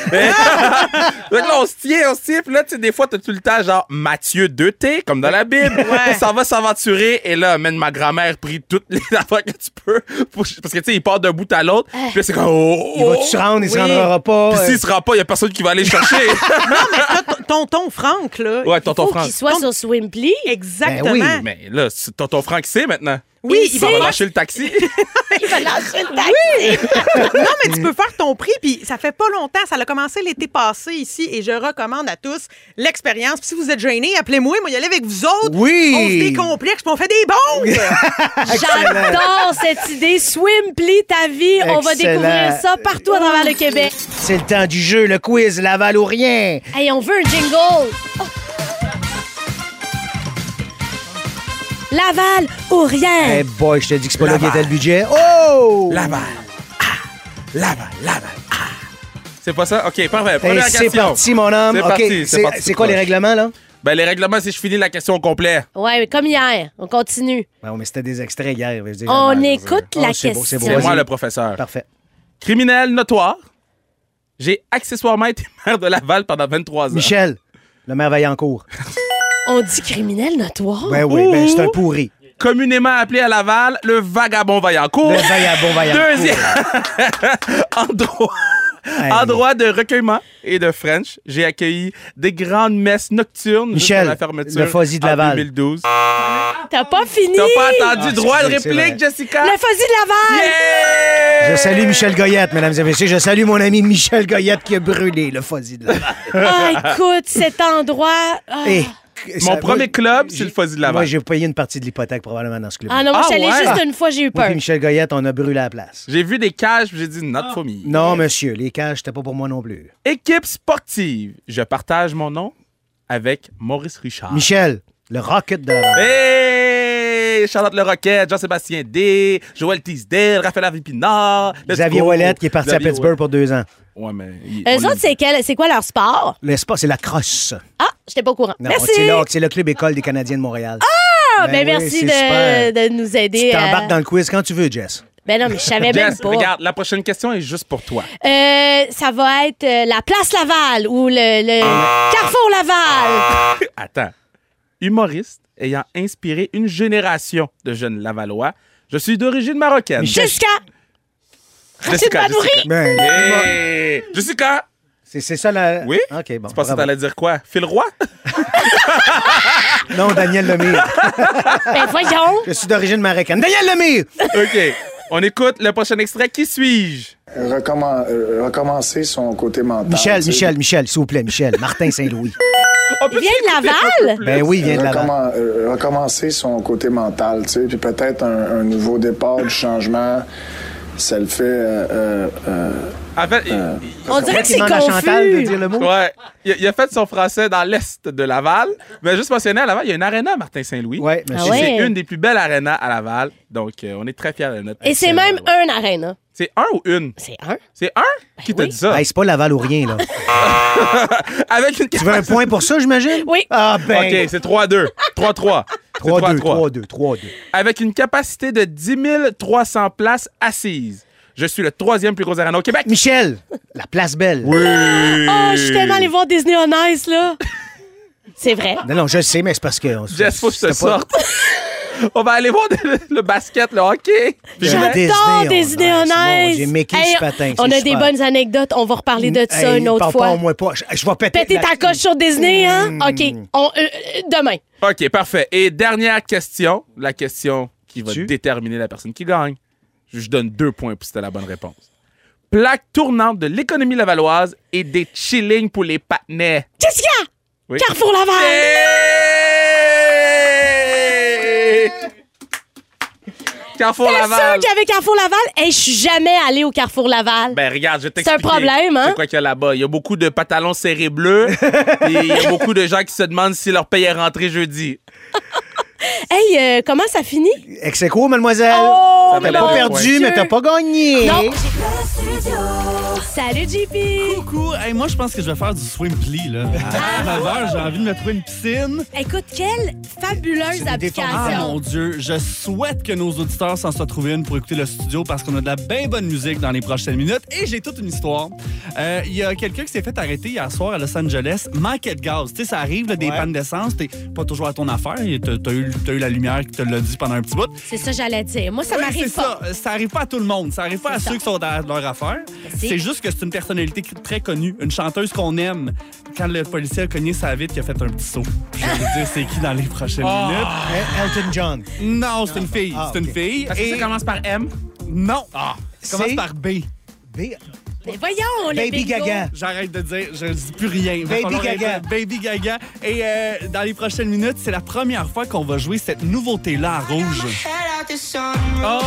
[SPEAKER 4] Donc là, on se tient, on se tient. Puis là, tu sais, des fois, t'as tout le temps, genre, Matthieu 2T, comme dans la Bible.
[SPEAKER 10] Ouais.
[SPEAKER 4] On s'en va s'aventurer. Et là, man, ma grand-mère prie toutes les affaires que tu peux. pour- Parce que, tu sais, il part d'un bout à l'autre.
[SPEAKER 10] Ah.
[SPEAKER 4] Puis là, c'est comme, oh,
[SPEAKER 2] Il va-tu se rendre? Il se rendra pas?
[SPEAKER 4] Puis
[SPEAKER 2] Euh,
[SPEAKER 4] s'il se rend pas, il y a personne qui va aller le chercher.
[SPEAKER 10] Tonton Franck, là.
[SPEAKER 4] Ouais, tonton
[SPEAKER 10] il faut
[SPEAKER 4] Franck.
[SPEAKER 10] qu'il
[SPEAKER 3] soit sur Swimply.
[SPEAKER 10] Exactement.
[SPEAKER 4] Mais là, c'est- tonton Franck sait maintenant.
[SPEAKER 10] Oui,
[SPEAKER 4] il va lâcher le taxi.
[SPEAKER 3] Il va lâcher le
[SPEAKER 10] taxi. non, mais tu peux faire ton prix, puis ça fait pas longtemps. Ça a commencé l'été passé ici, et je recommande à tous l'expérience. Puis si vous êtes gênés, appelez-moi, moi, y aller avec vous autres.
[SPEAKER 2] Oui.
[SPEAKER 10] On se décomplexe, puis on fait des bombes.
[SPEAKER 3] J'adore cette idée. Swimply ta vie. On va
[SPEAKER 2] Excellent.
[SPEAKER 3] découvrir ça partout à travers le Québec.
[SPEAKER 2] C'est le temps du jeu, le quiz, Laval ou rien.
[SPEAKER 3] Hey, on veut un jingle! Oh. Laval ou rien!
[SPEAKER 2] Eh boy, je te dis que c'est pas là qu'était le budget. Oh!
[SPEAKER 4] Laval.
[SPEAKER 2] Ah,
[SPEAKER 4] Laval, Laval. Ah. C'est pas ça? OK, parfait. Première
[SPEAKER 2] Eh, c'est
[SPEAKER 4] question.
[SPEAKER 2] parti, mon homme.
[SPEAKER 4] C'est
[SPEAKER 2] OK,
[SPEAKER 4] parti,
[SPEAKER 2] c'est- c'est quoi les
[SPEAKER 4] proche.
[SPEAKER 2] règlements, là?
[SPEAKER 4] Ben, les règlements, c'est je finis la question au complet.
[SPEAKER 3] Ouais, mais comme hier, on continue.
[SPEAKER 2] Ben, mais c'était des extraits hier. je veux dire,
[SPEAKER 3] On
[SPEAKER 2] Laval,
[SPEAKER 3] écoute
[SPEAKER 2] je veux dire.
[SPEAKER 3] la
[SPEAKER 2] Oh, c'est beau,
[SPEAKER 3] question.
[SPEAKER 2] beau.
[SPEAKER 4] C'est moi
[SPEAKER 2] Vas-y.
[SPEAKER 4] le professeur.
[SPEAKER 2] Parfait.
[SPEAKER 4] Criminel notoire. J'ai accessoirement été maire de Laval pendant 23 ans.
[SPEAKER 2] Michel, le maire Vaillancourt.
[SPEAKER 3] On dit criminel notoire?
[SPEAKER 2] Ben oui, ben c'est un pourri.
[SPEAKER 4] Communément appelé à Laval le vagabond vaillancourt.
[SPEAKER 2] Le vagabond Vaillancourt.
[SPEAKER 4] Deuxième. en droit. En droit de recueillement et de French, j'ai accueilli des grandes messes nocturnes jusqu'à
[SPEAKER 2] Michel,
[SPEAKER 4] la fermeture
[SPEAKER 2] le fuzzy de
[SPEAKER 4] en
[SPEAKER 2] Laval.
[SPEAKER 4] 2012.
[SPEAKER 3] T'as pas fini!
[SPEAKER 4] T'as pas entendu
[SPEAKER 2] Ah,
[SPEAKER 4] droit de
[SPEAKER 2] excusez, c'est
[SPEAKER 4] réplique,
[SPEAKER 2] vrai.
[SPEAKER 4] Jessica?
[SPEAKER 3] Le fuzzy de Laval!
[SPEAKER 2] Je salue Michel Goyette, mesdames et messieurs. Je salue mon ami Michel Goyette qui a brûlé le fuzzy de la
[SPEAKER 3] Ah, écoute, cet endroit... Ah,
[SPEAKER 2] Eh,
[SPEAKER 4] Mon
[SPEAKER 2] ça-
[SPEAKER 4] premier
[SPEAKER 2] moi,
[SPEAKER 4] club, c'est le Fuzzy de Laval.
[SPEAKER 2] Moi, j'ai payé une partie de l'hypothèque probablement dans ce club.
[SPEAKER 3] Ah non, moi,
[SPEAKER 4] Ah,
[SPEAKER 3] j'allais
[SPEAKER 4] ouais?
[SPEAKER 3] juste une fois, j'ai eu
[SPEAKER 2] Moi
[SPEAKER 3] peur.
[SPEAKER 2] puis Michel Goyette, on a brûlé la place.
[SPEAKER 4] J'ai vu des cages, puis j'ai dit not for me.
[SPEAKER 2] Non, monsieur, les cages, c'était pas pour moi non plus.
[SPEAKER 4] Équipe sportive. Je partage mon nom avec Maurice
[SPEAKER 3] Ah.
[SPEAKER 4] Richard.
[SPEAKER 2] Michel, le Rocket de Laval.
[SPEAKER 4] Hey! Charlotte Le Roquette, Jean-Sébastien D, Joël Teasdale, Raphaël Avipinard.
[SPEAKER 2] Xavier Wallet qui est parti à Pittsburgh pour deux ans.
[SPEAKER 4] Ouais, mais. il- on
[SPEAKER 3] Eux
[SPEAKER 4] l'a
[SPEAKER 3] autres,
[SPEAKER 4] dit.
[SPEAKER 3] c'est quel- c'est quoi leur sport?
[SPEAKER 2] L'espace, c'est la crosse.
[SPEAKER 3] Ah, j'étais pas au courant.
[SPEAKER 2] Non,
[SPEAKER 3] merci!
[SPEAKER 2] C'est là- c'est le club école des Canadiens de Montréal.
[SPEAKER 3] Ah,
[SPEAKER 2] Ben
[SPEAKER 3] ben,
[SPEAKER 2] oui,
[SPEAKER 3] merci
[SPEAKER 2] c'est
[SPEAKER 3] de,
[SPEAKER 2] super.
[SPEAKER 3] de nous
[SPEAKER 2] Tu
[SPEAKER 3] aider.
[SPEAKER 2] t'embarques
[SPEAKER 3] à-
[SPEAKER 2] dans le quiz quand tu veux, Jess.
[SPEAKER 3] Ben non, mais je savais même
[SPEAKER 4] Jess,
[SPEAKER 3] pas.
[SPEAKER 4] regarde, la prochaine question est juste pour toi.
[SPEAKER 3] Euh, ça va être euh, la place Laval ou le, le Carrefour
[SPEAKER 4] Ah.
[SPEAKER 3] Laval.
[SPEAKER 4] Attends. Humoriste ayant inspiré une génération de jeunes Lavallois, je suis d'origine marocaine.
[SPEAKER 2] Michel-
[SPEAKER 3] Jusqu'à
[SPEAKER 4] Jessica,
[SPEAKER 2] Rachid Badouri.
[SPEAKER 4] Jessica.
[SPEAKER 2] Ben,
[SPEAKER 4] Hey! Jessica!
[SPEAKER 2] C'est c'est ça la.
[SPEAKER 4] Oui?
[SPEAKER 2] OK, bon.
[SPEAKER 4] Tu pensais que
[SPEAKER 2] bravo.
[SPEAKER 4] t'allais dire quoi? Phil Roy?
[SPEAKER 2] Non, Daniel Lemire.
[SPEAKER 3] Ben voyons!
[SPEAKER 2] Je suis d'origine marocaine. Daniel Lemire!
[SPEAKER 4] OK. On écoute le prochain extrait. Qui suis-je?
[SPEAKER 11] Recommen- euh, recommencer son côté mental.
[SPEAKER 2] Michel,
[SPEAKER 11] tu sais.
[SPEAKER 2] Michel, Michel, s'il vous plaît, Michel. Martin Saint-Louis.
[SPEAKER 4] On peut
[SPEAKER 3] Il vient de
[SPEAKER 4] s'écouter un
[SPEAKER 3] Laval?
[SPEAKER 4] peu plus.
[SPEAKER 2] Ben oui, il vient de là-bas.
[SPEAKER 11] Recommen- euh, recommencer son côté mental, tu sais, puis peut-être un, un nouveau départ, du changement, ça le fait. euh, euh, euh,
[SPEAKER 4] En fait, il-
[SPEAKER 3] On dirait que
[SPEAKER 2] Qui
[SPEAKER 3] c'est
[SPEAKER 2] demande à Chantal de dire
[SPEAKER 3] confus.
[SPEAKER 2] le mot?
[SPEAKER 4] il- ouais, il, il a fait son français dans l'est de Laval. Mais juste mentionner à Laval, il y a une aréna, Martin Saint-Louis.
[SPEAKER 2] Ouais, mais
[SPEAKER 3] Ah
[SPEAKER 2] c'est-
[SPEAKER 3] ouais.
[SPEAKER 4] C'est une des plus belles arénas à Laval. Donc, euh, on est très fiers de notre.
[SPEAKER 3] Et c'est même un arena.
[SPEAKER 4] C'est un ou une?
[SPEAKER 3] C'est un?
[SPEAKER 4] C'est un? Qui t'a
[SPEAKER 3] Ben oui.
[SPEAKER 4] dit ça?
[SPEAKER 2] Hey, c'est pas Laval ou rien, là.
[SPEAKER 4] Avec une
[SPEAKER 2] Tu veux un point pour ça, j'imagine?
[SPEAKER 3] Oui.
[SPEAKER 2] Ah, ben.
[SPEAKER 4] OK, c'est 3-2. 3-3. C'est
[SPEAKER 2] 3-2,
[SPEAKER 4] 3-3.
[SPEAKER 2] 3-2, 3-2.
[SPEAKER 4] Avec une capacité de 10 300 places assises. Je suis le troisième plus gros aréna au Québec.
[SPEAKER 2] Michel, la place belle.
[SPEAKER 3] Oh, je suis tellement allée voir Disney on Ice, là. C'est vrai.
[SPEAKER 2] Non, non, je sais, mais c'est parce que. on-
[SPEAKER 4] Jess, faut que je te
[SPEAKER 2] c'était pas-
[SPEAKER 4] sorte. On va aller voir le, le basket, le hockey. Puis
[SPEAKER 2] J'adore.
[SPEAKER 4] je-
[SPEAKER 3] J'adore
[SPEAKER 2] Disney
[SPEAKER 3] des idées
[SPEAKER 2] on Ice.
[SPEAKER 3] honnêtes.
[SPEAKER 2] Mon Dieu, Mickey sur patin, c'est
[SPEAKER 3] On a des
[SPEAKER 2] super.
[SPEAKER 3] bonnes anecdotes. On va reparler de ça
[SPEAKER 2] Hey,
[SPEAKER 3] une autre
[SPEAKER 2] parle pas,
[SPEAKER 3] fois.
[SPEAKER 2] au moins pas. Je, je vais péter.
[SPEAKER 3] Péter
[SPEAKER 2] la-
[SPEAKER 3] ta coche sur Disney, hein?
[SPEAKER 2] Hmm.
[SPEAKER 3] OK. On- euh, euh, demain.
[SPEAKER 4] OK, parfait. Et dernière question, la question qui va
[SPEAKER 2] Tu?
[SPEAKER 4] déterminer la personne qui gagne. Je je donne deux points pour si c'était la bonne réponse. Plaque tournante de l'économie lavalloise et des chillings pour les patinets.
[SPEAKER 3] Qu'est-ce qu'il y a?
[SPEAKER 4] Oui.
[SPEAKER 3] Carrefour Laval.
[SPEAKER 4] Hey! Carrefour
[SPEAKER 3] T'es sûr
[SPEAKER 4] Laval.
[SPEAKER 3] qu'il y avait Carrefour Laval? Hey, je suis jamais allée au Carrefour Laval.
[SPEAKER 4] Ben regarde, je vais
[SPEAKER 3] un
[SPEAKER 4] t'expliquer.
[SPEAKER 3] problème, hein?
[SPEAKER 4] C'est quoi qu'il y a là-bas? Il y a beaucoup de pantalons serrés bleus. et il y a beaucoup de gens qui se demandent si leur paye est rentrée jeudi.
[SPEAKER 3] Hey, euh, comment ça finit?
[SPEAKER 2] Ex aequo, mademoiselle.
[SPEAKER 3] Oh,
[SPEAKER 4] Ça
[SPEAKER 2] t'as
[SPEAKER 4] fait
[SPEAKER 2] pas
[SPEAKER 4] mon
[SPEAKER 2] perdu,
[SPEAKER 3] Dieu.
[SPEAKER 2] mais t'as pas gagné.
[SPEAKER 3] Non. Salut, JP.
[SPEAKER 12] Coucou! Hey, moi, je pense que je vais faire du swim pli, là. À 9h, j'ai envie de me trouver une piscine.
[SPEAKER 3] Écoute, quelle fabuleuse
[SPEAKER 2] C'est des
[SPEAKER 12] Ah,
[SPEAKER 3] application.
[SPEAKER 12] mon Dieu! Je souhaite que nos auditeurs s'en soient trouvés une pour écouter le studio parce qu'on a de la bien bonne musique dans les prochaines minutes et j'ai toute une histoire. Euh, Il y a quelqu'un qui s'est fait arrêter hier soir à Los Angeles, manquait de gaz. Tu sais, ça arrive, là, des pannes d'essence, t'es pas toujours à ton affaire. Et T'as t'as eu, t'as eu la lumière qui te l'a dit pendant un petit bout.
[SPEAKER 3] C'est ça, j'allais dire. Moi, ça
[SPEAKER 12] Oui,
[SPEAKER 3] m'arrive
[SPEAKER 12] c'est
[SPEAKER 3] pas.
[SPEAKER 12] Ça. ça arrive pas à tout le monde. Ça arrive pas à
[SPEAKER 3] C'est ça.
[SPEAKER 12] ceux qui sont dans leur affaire.
[SPEAKER 3] c'est-
[SPEAKER 12] C'est juste que c'est une personnalité cr- très connue, une chanteuse qu'on aime. Quand le policier a cogné sa vitre, il a fait un petit saut. Puis Je vais vous dire c'est qui dans les prochaines
[SPEAKER 4] Ah.
[SPEAKER 12] minutes.
[SPEAKER 2] El- Elton John.
[SPEAKER 12] Non, c'est une fille.
[SPEAKER 2] Ah,
[SPEAKER 12] c'est une
[SPEAKER 2] ok.
[SPEAKER 12] fille.
[SPEAKER 4] Est-ce que
[SPEAKER 12] Et
[SPEAKER 4] ça commence par M? Ah.
[SPEAKER 12] non. ça
[SPEAKER 2] c'est-
[SPEAKER 12] commence par B.
[SPEAKER 2] B-
[SPEAKER 3] Mais voyons, le
[SPEAKER 2] Baby
[SPEAKER 3] bingo.
[SPEAKER 2] Gaga.
[SPEAKER 12] J'arrête de dire, je ne dis plus rien. Il va
[SPEAKER 2] Baby
[SPEAKER 12] falloir
[SPEAKER 2] Gaga.
[SPEAKER 12] arrêter. Baby Gaga. Et euh, dans les prochaines minutes, c'est la première fois qu'on va jouer cette nouveauté-là à rouge.
[SPEAKER 4] Oh!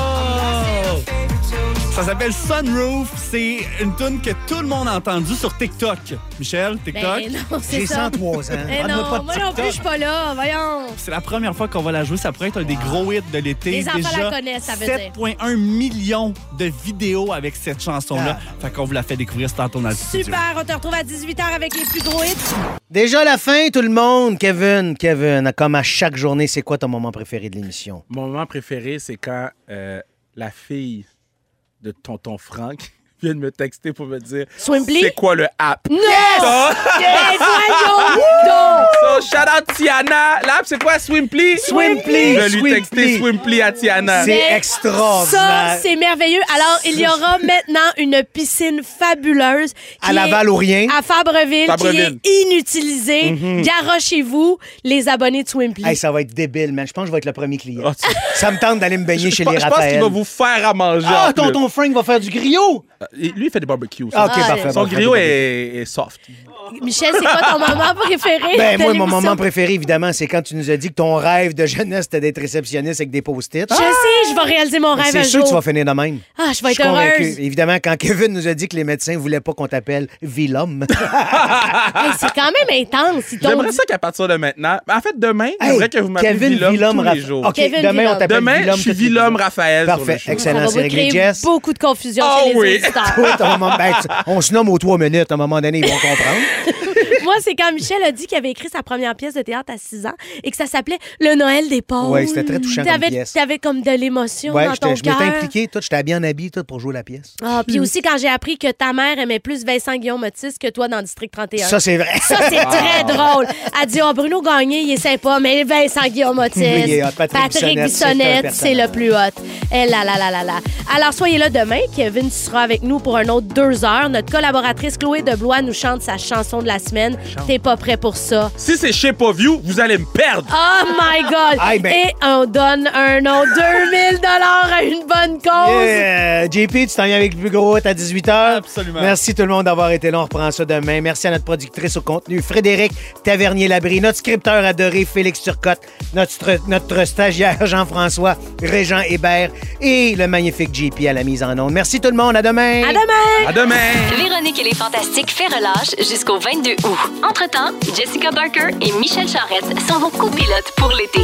[SPEAKER 12] Ça s'appelle Sunroof. C'est une tune que tout le monde a entendue sur TikTok. Michel, TikTok.
[SPEAKER 3] Ben non, c'est
[SPEAKER 2] J'ai
[SPEAKER 3] ça.
[SPEAKER 2] 103 ans.
[SPEAKER 3] Eh
[SPEAKER 2] Parle-moi pas
[SPEAKER 3] non,
[SPEAKER 2] de
[SPEAKER 3] moi non plus, je suis
[SPEAKER 2] TikTok.
[SPEAKER 3] pas là. Voyons.
[SPEAKER 12] C'est la première fois qu'on va la jouer. Ça pourrait être un des gros hits de l'été.
[SPEAKER 3] Les enfants
[SPEAKER 12] Déjà,
[SPEAKER 3] la connaissent, ça veut dire.
[SPEAKER 12] 7,1 millions de vidéos avec cette chanson-là. Fait qu'on vous la fait découvrir c'est tantôt dans le studio.
[SPEAKER 3] Super, on te retrouve à 18h avec les plus gros hits.
[SPEAKER 2] Déjà la fin, tout le monde. Kevin, Kevin, comme à chaque journée, c'est quoi ton moment préféré de l'émission?
[SPEAKER 4] Mon moment préféré, c'est quand euh, la fille de tonton Franck vient de me texter pour me dire
[SPEAKER 3] Swimbly?
[SPEAKER 4] C'est quoi le app?
[SPEAKER 3] Non! Ben voyons donc!
[SPEAKER 4] So, oh, shout out Tiana! L'app, c'est quoi? Swimply?
[SPEAKER 2] Swimply,
[SPEAKER 4] Je lui
[SPEAKER 2] Swimply.
[SPEAKER 4] texter Swimply à Tiana.
[SPEAKER 2] C'est
[SPEAKER 3] Mais
[SPEAKER 2] extraordinaire.
[SPEAKER 3] Ça, c'est merveilleux. Alors, il y aura maintenant une piscine fabuleuse. qui
[SPEAKER 2] À Laval
[SPEAKER 3] est
[SPEAKER 2] ou rien.
[SPEAKER 3] À Fabreville,
[SPEAKER 4] Fabreville.
[SPEAKER 3] qui est inutilisée. Garochez-vous, les abonnés de Swimply.
[SPEAKER 2] Mm-hmm. Hey, ça va être débile, man. Je pense que je vais être le premier client.
[SPEAKER 4] Ah, tu-
[SPEAKER 2] Ça me tente d'aller me baigner
[SPEAKER 4] je
[SPEAKER 2] chez
[SPEAKER 4] pense
[SPEAKER 2] les
[SPEAKER 4] je pense qu'il
[SPEAKER 2] Raphaël.
[SPEAKER 4] va vous faire à manger.
[SPEAKER 2] Ah,
[SPEAKER 4] en plus.
[SPEAKER 2] tonton Frank va faire du griot!
[SPEAKER 4] Euh, Lui, il fait des barbecues. ça.
[SPEAKER 2] Ah, ok,
[SPEAKER 3] Ah,
[SPEAKER 2] parfait.
[SPEAKER 4] Son
[SPEAKER 2] bon,
[SPEAKER 4] griot
[SPEAKER 2] bon,
[SPEAKER 4] est, est soft.
[SPEAKER 3] Michel, c'est quoi ton moment préféré?
[SPEAKER 2] Ben,
[SPEAKER 3] de
[SPEAKER 2] moi, mon
[SPEAKER 3] l'émission?
[SPEAKER 2] moment préféré, évidemment, c'est quand tu nous as dit que ton rêve de jeunesse, c'était d'être réceptionniste avec des post-it. Ah!
[SPEAKER 3] Je sais, je vais réaliser mon rêve un
[SPEAKER 2] Ben, C'est sûr
[SPEAKER 3] jour.
[SPEAKER 2] que tu vas finir de même.
[SPEAKER 3] Ah, je vais
[SPEAKER 2] Je suis
[SPEAKER 3] être
[SPEAKER 2] convaincu.
[SPEAKER 3] heureuse.
[SPEAKER 2] Évidemment, quand Kevin nous a dit que les médecins voulaient pas qu'on t'appelle Vilhomme.
[SPEAKER 3] Hey, c'est quand même intense. Ils t'ont
[SPEAKER 4] J'aimerais
[SPEAKER 3] dit-
[SPEAKER 4] ça qu'à partir de maintenant, en fait, demain,
[SPEAKER 2] Hey,
[SPEAKER 4] j'aimerais que vous m'appeliez
[SPEAKER 2] Kevin
[SPEAKER 4] Vilhomme tous les
[SPEAKER 2] Raphaël.
[SPEAKER 4] jours.
[SPEAKER 2] OK,
[SPEAKER 3] Kevin
[SPEAKER 2] demain,
[SPEAKER 3] Vilhomme.
[SPEAKER 2] on t'appelle
[SPEAKER 4] Demain,
[SPEAKER 2] Vilhomme
[SPEAKER 4] je suis
[SPEAKER 2] tous les
[SPEAKER 4] Vilhomme
[SPEAKER 2] jours.
[SPEAKER 4] Raphaël sur le
[SPEAKER 2] Parfait,
[SPEAKER 4] show.
[SPEAKER 3] Ça va
[SPEAKER 2] excellent, c'est
[SPEAKER 3] vous créer
[SPEAKER 2] réglé, Jess.
[SPEAKER 3] beaucoup de confusion
[SPEAKER 4] Oh
[SPEAKER 3] chez les
[SPEAKER 4] oui.
[SPEAKER 3] auditeurs.
[SPEAKER 2] Toi, ton moment- ben, tu- on se nomme aux trois minutes. À un moment donné, ils vont comprendre.
[SPEAKER 3] Moi, c'est quand Michel a dit qu'il avait écrit sa première pièce de théâtre à 6 ans et que ça s'appelait Le Noël des pauvres.
[SPEAKER 2] Ouais, c'était très touchant comme
[SPEAKER 3] T'avais-
[SPEAKER 2] pièce.
[SPEAKER 3] T'avais comme de l'émotion
[SPEAKER 2] Ouais,
[SPEAKER 3] dans
[SPEAKER 2] j'étais-
[SPEAKER 3] ton
[SPEAKER 2] je m'étais
[SPEAKER 3] cœur.
[SPEAKER 2] impliqué, tout, j'étais habillé en habit, tout, pour jouer la pièce.
[SPEAKER 3] Ah, puis aussi quand j'ai appris que ta mère aimait plus Vincent Guillaume Otis que toi dans District 31.
[SPEAKER 2] Ça, c'est vrai.
[SPEAKER 3] euh, Ça, c'est très
[SPEAKER 2] Ah.
[SPEAKER 3] drôle. Elle dit, oh, Bruno Gagné, il est sympa, mais Vincent Guillaume Otis,
[SPEAKER 2] Oui, il est hot. Patrick Bissonnette, c'est un
[SPEAKER 3] Bissonnette, c'est le
[SPEAKER 2] personnage.
[SPEAKER 3] plus hot. Eh là là là là là. Alors, soyez là demain. Kevin sera avec nous pour un autre deux heures. Notre collaboratrice Chloé Deblois nous chante sa chanson de la semaine.
[SPEAKER 4] Chante.
[SPEAKER 3] T'es pas prêt pour ça?
[SPEAKER 4] Si c'est Shape of You, vous allez me perdre.
[SPEAKER 3] Oh my God!
[SPEAKER 4] Aïe, ben.
[SPEAKER 3] Et on donne un autre 2000 à une bonne cause.
[SPEAKER 2] Yeah. JP, tu t'en viens avec le plus gros hit à 18h.
[SPEAKER 12] Absolument.
[SPEAKER 2] Merci tout le monde d'avoir été là. On reprend ça demain. Merci à notre productrice au contenu, Frédéric Tavernier-Labrie, notre scripteur adoré, Félix Turcotte, notre, notre stagiaire, Jean-François Régent Hébert et le magnifique JP à la mise en onde. Merci tout le monde. À demain.
[SPEAKER 6] À demain.
[SPEAKER 4] À demain.
[SPEAKER 6] Véronique et les Fantastiques fait relâche jusqu'au 22 août. Entre-temps, Jessica Barker et Michel Charette sont vos copilotes pour l'été.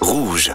[SPEAKER 13] Rouge.